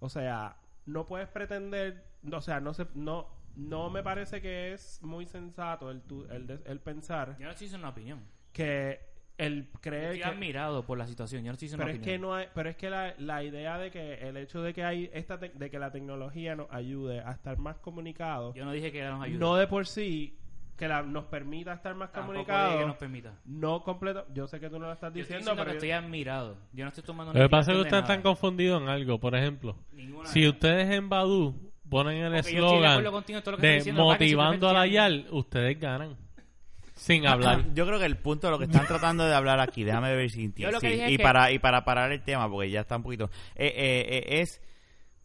D: O sea, no puedes pretender, no, o sea, no se, no, no me parece que es muy sensato el, tu- el, de- el pensar
C: Yo no estoy diciendo una opinión.
D: que el creer
C: Estoy
D: que,
C: admirado por la situación. Yo no estoy diciendo
D: pero
C: una
D: es que
C: opinión.
D: no hay, pero es que la, la idea de que el hecho de que hay esta tec- de que la tecnología nos ayude a estar más comunicados,
C: Yo no dije que nos ayude.
D: no de por sí que la, nos permita estar más
C: Tampoco dije
D: comunicados,
C: que nos permita.
D: no completo. Yo sé que tú no lo estás
C: Yo estoy
D: diciendo,
C: diciendo que
D: pero
C: estoy
D: yo-
C: admirado. Yo no estoy tomando
B: Lo que pasa es que
C: ninguna
B: ustedes
C: acción
B: están
C: de nada.
B: confundidos en algo. Por ejemplo,
C: Ninguna
B: si
C: de-
B: ustedes en Badu ponen el
C: Ok, yo estoy de acuerdo
B: eslogan
C: contigo en todo lo que estás
B: de
C: diciendo, lo que pasa es que
B: motivando a la
C: simplemente
B: YAL, ustedes ganan. Sin hablar.
A: Yo creo que el punto de lo que están tratando de hablar aquí, déjame ver si
C: Yo lo que
A: sí,
C: dije
A: y,
C: es que-
A: para, y para parar el tema, porque ya está un poquito. eh, eh, eh, es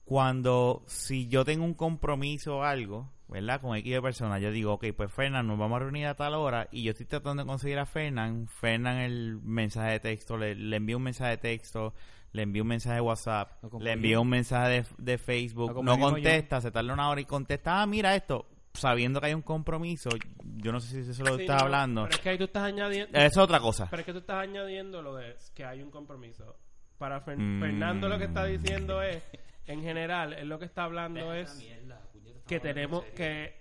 A: cuando, si yo tengo un compromiso o algo, ¿verdad? Con X de personas, yo digo, ok, pues Fernan, nos vamos a reunir a tal hora y yo estoy tratando de conseguir a Fernan. Fernan, el mensaje de texto, le, le envío un mensaje de texto, le envío un mensaje de WhatsApp,
C: Lo confundí.
A: le envío un mensaje de, de Facebook,
C: Lo
A: no
C: confundimos yo.
A: contesta, se tarda una hora y contesta, ah, mira esto. Sabiendo que hay un compromiso, yo no sé si eso es lo que
D: Sí,
A: estás
D: no,
A: hablando.
D: Pero es que ahí tú estás
C: Eh,
D: añadiendo,
A: Esa es otra cosa.
D: pero es que tú estás añadiendo lo de que hay un compromiso. Para Fer-
A: Mm.
D: Fernando lo que está diciendo es, en general, es lo que está hablando es que tenemos que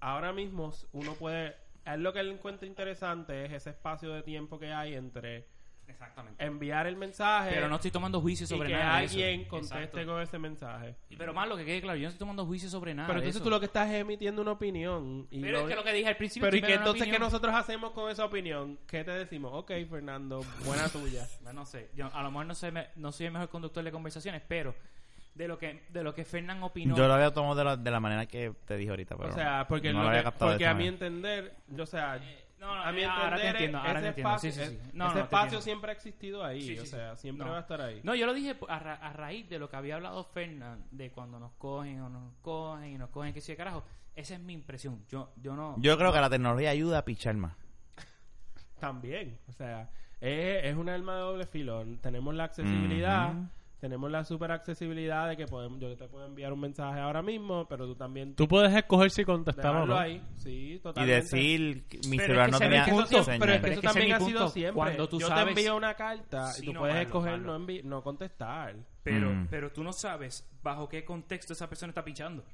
D: ahora mismo uno puede es lo que él encuentra interesante es ese espacio de tiempo que hay entre
C: Exactamente.
D: enviar el mensaje
C: Pero no estoy tomando juicio
D: y
C: sobre
D: que
C: nada. de eso.
D: alguien conteste
C: Exacto.
D: con ese mensaje
C: Pero más lo que quede claro, yo no estoy tomando juicio sobre nada.
D: pero
C: de
D: entonces
C: eso.
D: tú lo que estás es emitiendo una opinión y
C: Pero
D: no-
C: es que lo que dije al principio.
D: pero y
C: estoy
D: que
C: dando una
D: entonces qué
C: opinión.
D: nosotros hacemos con esa opinión qué te decimos ok Fernando buena tuya
C: Bueno, Pues no sé, yo a lo mejor no, sé, me- no soy el mejor conductor de conversaciones, pero de lo que de lo que Fernán opinó,
A: Yo lo había tomado de la, de la manera que te dije ahorita, pero
D: o sea porque,
A: no
D: lo
A: lo había
D: que-
A: captado de
D: porque
A: esa
D: a mi
A: manera.
D: entender o sea
C: Eh, no, no,
D: a mi
C: ahora te
D: entender
C: entiendo, ahora
D: ese
C: te entiendo, sí,
D: espacio,
C: sí, sí.
D: es-
C: No, no,
D: ese
C: te
D: espacio
C: entiendo.
D: siempre ha existdo ahí
C: Sí, sí,
D: o
C: sí.
D: sea siempre
C: No.
D: va a estar ahí
C: No, yo lo dije a, ra- a raíz de lo que había hablado Fernán, de cuando nos cogen o no nos cogen y nos cogen, que sí, carajo. Esa es mi impresión. Yo, yo no.
A: Yo creo que la tecnología ayuda a pichar más.
D: También, o sea, es, es un arma de doble filo. Tenemos la accesibilidad,
A: Ujú.
D: tenemos la super accesibilidad de que podemos, yo te puedo enviar un mensaje ahora mismo, pero tú también
B: Tú puedes escoger si contestar o
D: dejarlo
B: no.
D: ahí. Sí,
A: Y
D: totalmente.
A: decir, que mi
C: Pero
A: celular
C: es
A: no
C: que se
A: tenía
C: ve que eso
A: señal.
C: siempre-
D: Pero es que
C: Pero es que
D: eso
C: ese es
D: también
C: mi
D: ha sido
C: punto.
D: siempre.
C: Cuando tú
D: yo
C: sabes-
D: te envío una carta
C: Sí,
D: y tú
C: no,
D: puedes
C: malo,
D: escoger
C: malo.
D: No, envi- no contestar.
C: Pero,
A: Mm.
C: pero tú no sabes bajo qué contexto esa persona está pinchando.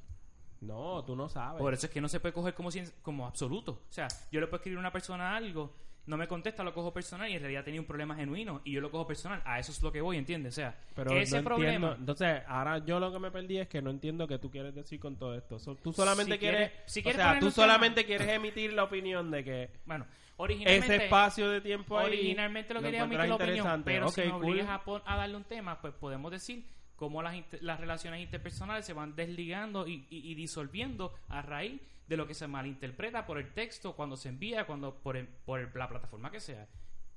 D: No, tú no sabes.
C: Por eso es que no se puede coger como, cien- como absoluto. O sea, yo le puedo escribir a una persona algo, no me contesta, lo cojo personal y en realidad tenía un problema genuino y yo lo cojo personal. A eso es lo que voy, ¿entiendes? O sea,
D: Pero
C: ese
D: no
C: problema.
D: Entiendo. Entonces, ahora yo lo que me perdí es que no entiendo qué tú quieres decir con todo esto. So- tú solamente
C: Si
D: quieres,
C: quieres- si
D: o
C: quieres
D: sea,
C: poner
D: tú
C: los temas.
D: solamente quieres emitir la opinión de que
C: Bueno,
D: ese
C: originalmente.
D: espacio de tiempo ahí
C: Originalmente lo quería omitir
D: encuentras
C: la opinión,
D: interesante.
C: pero
D: Ok,
C: si me
D: cool.
C: obligas a, pon- a darle un tema, pues podemos decir cómo las, inter- las relaciones interpersonales se van desligando y, y- y disolviendo a raíz de lo que se malinterpreta por el texto, cuando se envía, cuando por, el- por el- la plataforma que sea.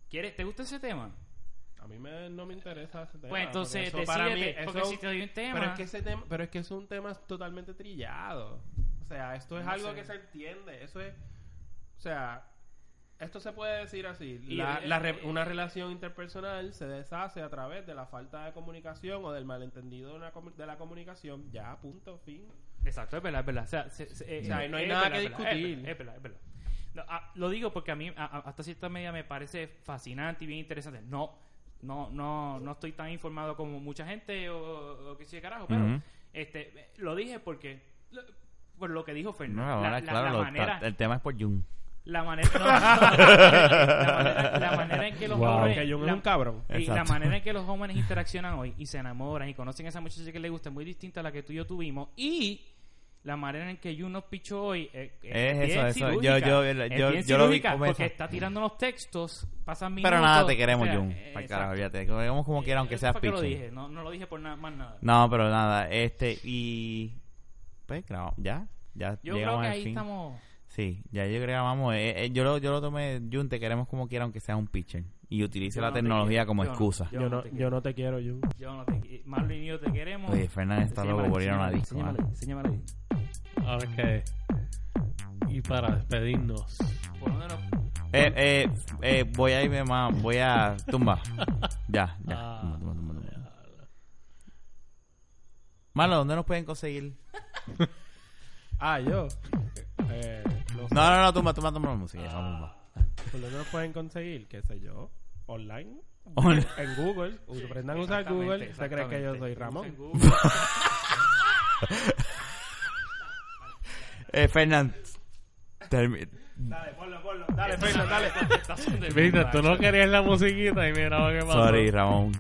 C: ¿Quieres, ¿Te gusta ese tema?
D: A mí me- no me interesa ese tema.
C: Pues entonces,
D: porque eso para mí-
C: decídete, porque
D: eso-
C: si te doy un tema-
D: Pero es, que ese tema, pero es que es un tema totalmente trillado. O sea, esto es
C: No
D: algo
C: sé.
D: que se entiende. Eso es. O sea, esto se puede decir así.
C: Y
D: La-
C: el-
D: la re- una relación interpersonal se deshace a través de la falta de comunicación o del malentendido de, una comu- de la comunicación. Ya, punto, fin.
C: Exacto, es verdad, es verdad. O sea, se- se- eh,
D: O sea,
C: eh,
D: no hay
C: es
D: nada
C: verdad,
D: que
C: es verdad, es
D: discutir.
C: verdad, Es verdad, es verdad. No, ah, lo digo porque a mí a- a- hasta cierta medida me parece fascinante y bien interesante. No, no, no, no estoy tan informado como mucha gente o, o qué sé yo, carajo, pero
A: Ujú.
C: este, eh, lo dije porque lo- por lo que dijo
A: No,
C: Fernando.
A: ahora,
C: la, la-
A: claro,
C: la
A: lo-
C: manera,
A: el tema es por Jun.
C: la manera, no, no, la manera, la manera en que los
B: Wow.
C: hombres,
D: Porque yo
C: la-
D: es un cabrón.
C: y la
A: Exacto.
C: manera en que los jóvenes interaccionan hoy y se enamoran y conocen a esa muchacha que les gusta es muy distinta a la que tú y yo tuvimos. Y la manera en que Jun nos pichó hoy es, es
A: Es
C: bien
A: eso, eso.
C: cirúrgica.
A: Yo- yo- yo-
C: Es bien
A: yo lo vi
C: cirúrgica
A: como
C: porque
A: eso.
C: está tirando los textos, pasan minutos.
A: Pero nada, te queremos,
C: o sea,
A: Jun.
C: eh,
A: Para
C: exacto. eh,
A: carajo, fíjate. Te queremos como quiera, aunque Mm,
C: Eso
A: seas
C: fue que lo
A: pichón.
C: dije, no, no lo dije por nada, más nada.
A: No, pero nada, este y pues claro, ya, ya
C: yo creo
A: llegamos
C: que
A: al
C: ahí
A: fin.
C: estamos.
A: Sí, ya yo creo que vamos, eh, eh, yo lo yo lo tomé Jun, te queremos como quiera aunque sea un pitcher y utilice
C: Yo
A: la
C: no te
A: tecnología
C: quiero.
A: como
C: Yo no.
A: excusa.
C: Yo no te quiero.
D: no te quiero, Jun.
C: Yo no te qui- Marlon y yo te queremos.
A: Oye, Fernández está
C: Enséñamela,
A: loco por ir a una
C: enséñamela,
A: disco. ¿ah?
C: enséñamela, enséñamela.
B: Ok. Y para despedirnos.
C: Por lo menos-
A: Eh, eh, eh, voy a irme más, voy a tumba. Ya, ya.
B: Ah.
A: tumba, tumba, tumba, tumba. Marlon, ¿dónde nos pueden conseguir?
D: Ah, yo. Eh, no sé.
A: No, no, no, tumba, tumba, tumba la música. esa bomba.
D: ¿Por dónde lo pueden conseguir? ¿Qué sé yo? ¿Online?
A: Hola.
D: En Google. Aprendan a usar
C: Exactamente,
D: Google. ¿Se creen que yo soy
C: exactamente.
D: Ramón?
C: Google.
A: Eh, Fernández. termi-
D: Dale, ponlo, ponlo. Dale, Fernando, dale.
C: Estas son de
B: Viste,
C: verdad.
B: tú no querías la musiquita y mira lo que pasó.
A: Sorry, Ramón.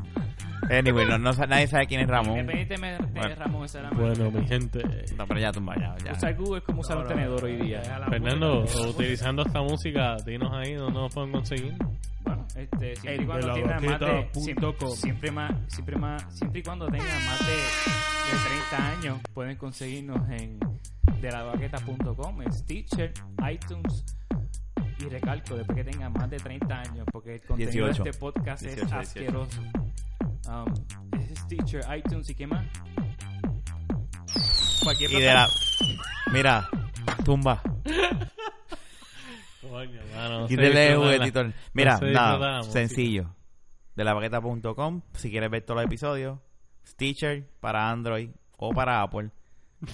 A: Anyway, no, no sa- nadie sabe quién es Ramón.
C: Independientemente de
A: Bueno.
C: Ramón, esa era la
B: Bueno, mi gente.
A: No, pero ya tumba, ya. ya.
C: Usar Google es como usar un tenedor hoy día.
B: Fernando, utilizando esta música, dinos ahí dónde nos pueden conseguir.
C: Bueno, este, siempre y
D: El
C: cuando tenga más de.
D: velabotita punto
C: Siempre,
D: com.
C: siempre más, siempre más, siempre y cuando tenga más de, de 30 años, pueden conseguirnos en delabaqueta.com, en Stitcher, iTunes. Y recalco, después que tenga más de 30 años, porque el contenido
A: 18.
C: de este podcast
A: 18,
C: es
A: 18.
C: asqueroso. Um, es Stitcher, iTunes y qué más. Cualquier
A: Y de la. Mira, tumba.
B: Coño, mano. no sé
A: Quítele el
B: disfrutarla.
A: juguetito. Mira,
B: No sé disfrutar la
A: nada,
B: música.
A: sencillo. De la baqueta.com, si quieres ver todos los episodios. Stitcher para Android o para Apple.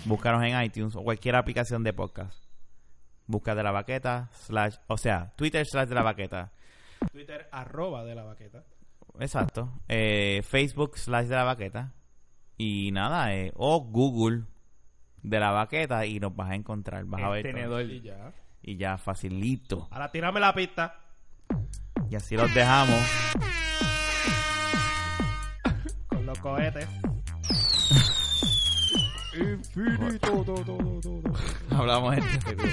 A: Búscanos en iTunes o cualquier aplicación de podcast. Busca de la baqueta, slash, o sea, Twitter slash de la baqueta.
D: Twitter, arroba de la baqueta.
A: Exacto. Eh, Facebook slash de la baqueta. Y nada, eh, o Google de la baqueta y nos vas a encontrar. Vas a
C: El
A: ver. todo.
C: tenedor.
D: Y ya.
A: Y ya, facilito.
D: Ahora tírame la pista.
A: Y así los dejamos.
D: Con los cohetes. Infinito. todo, todo, todo, todo.
A: Hablamos en este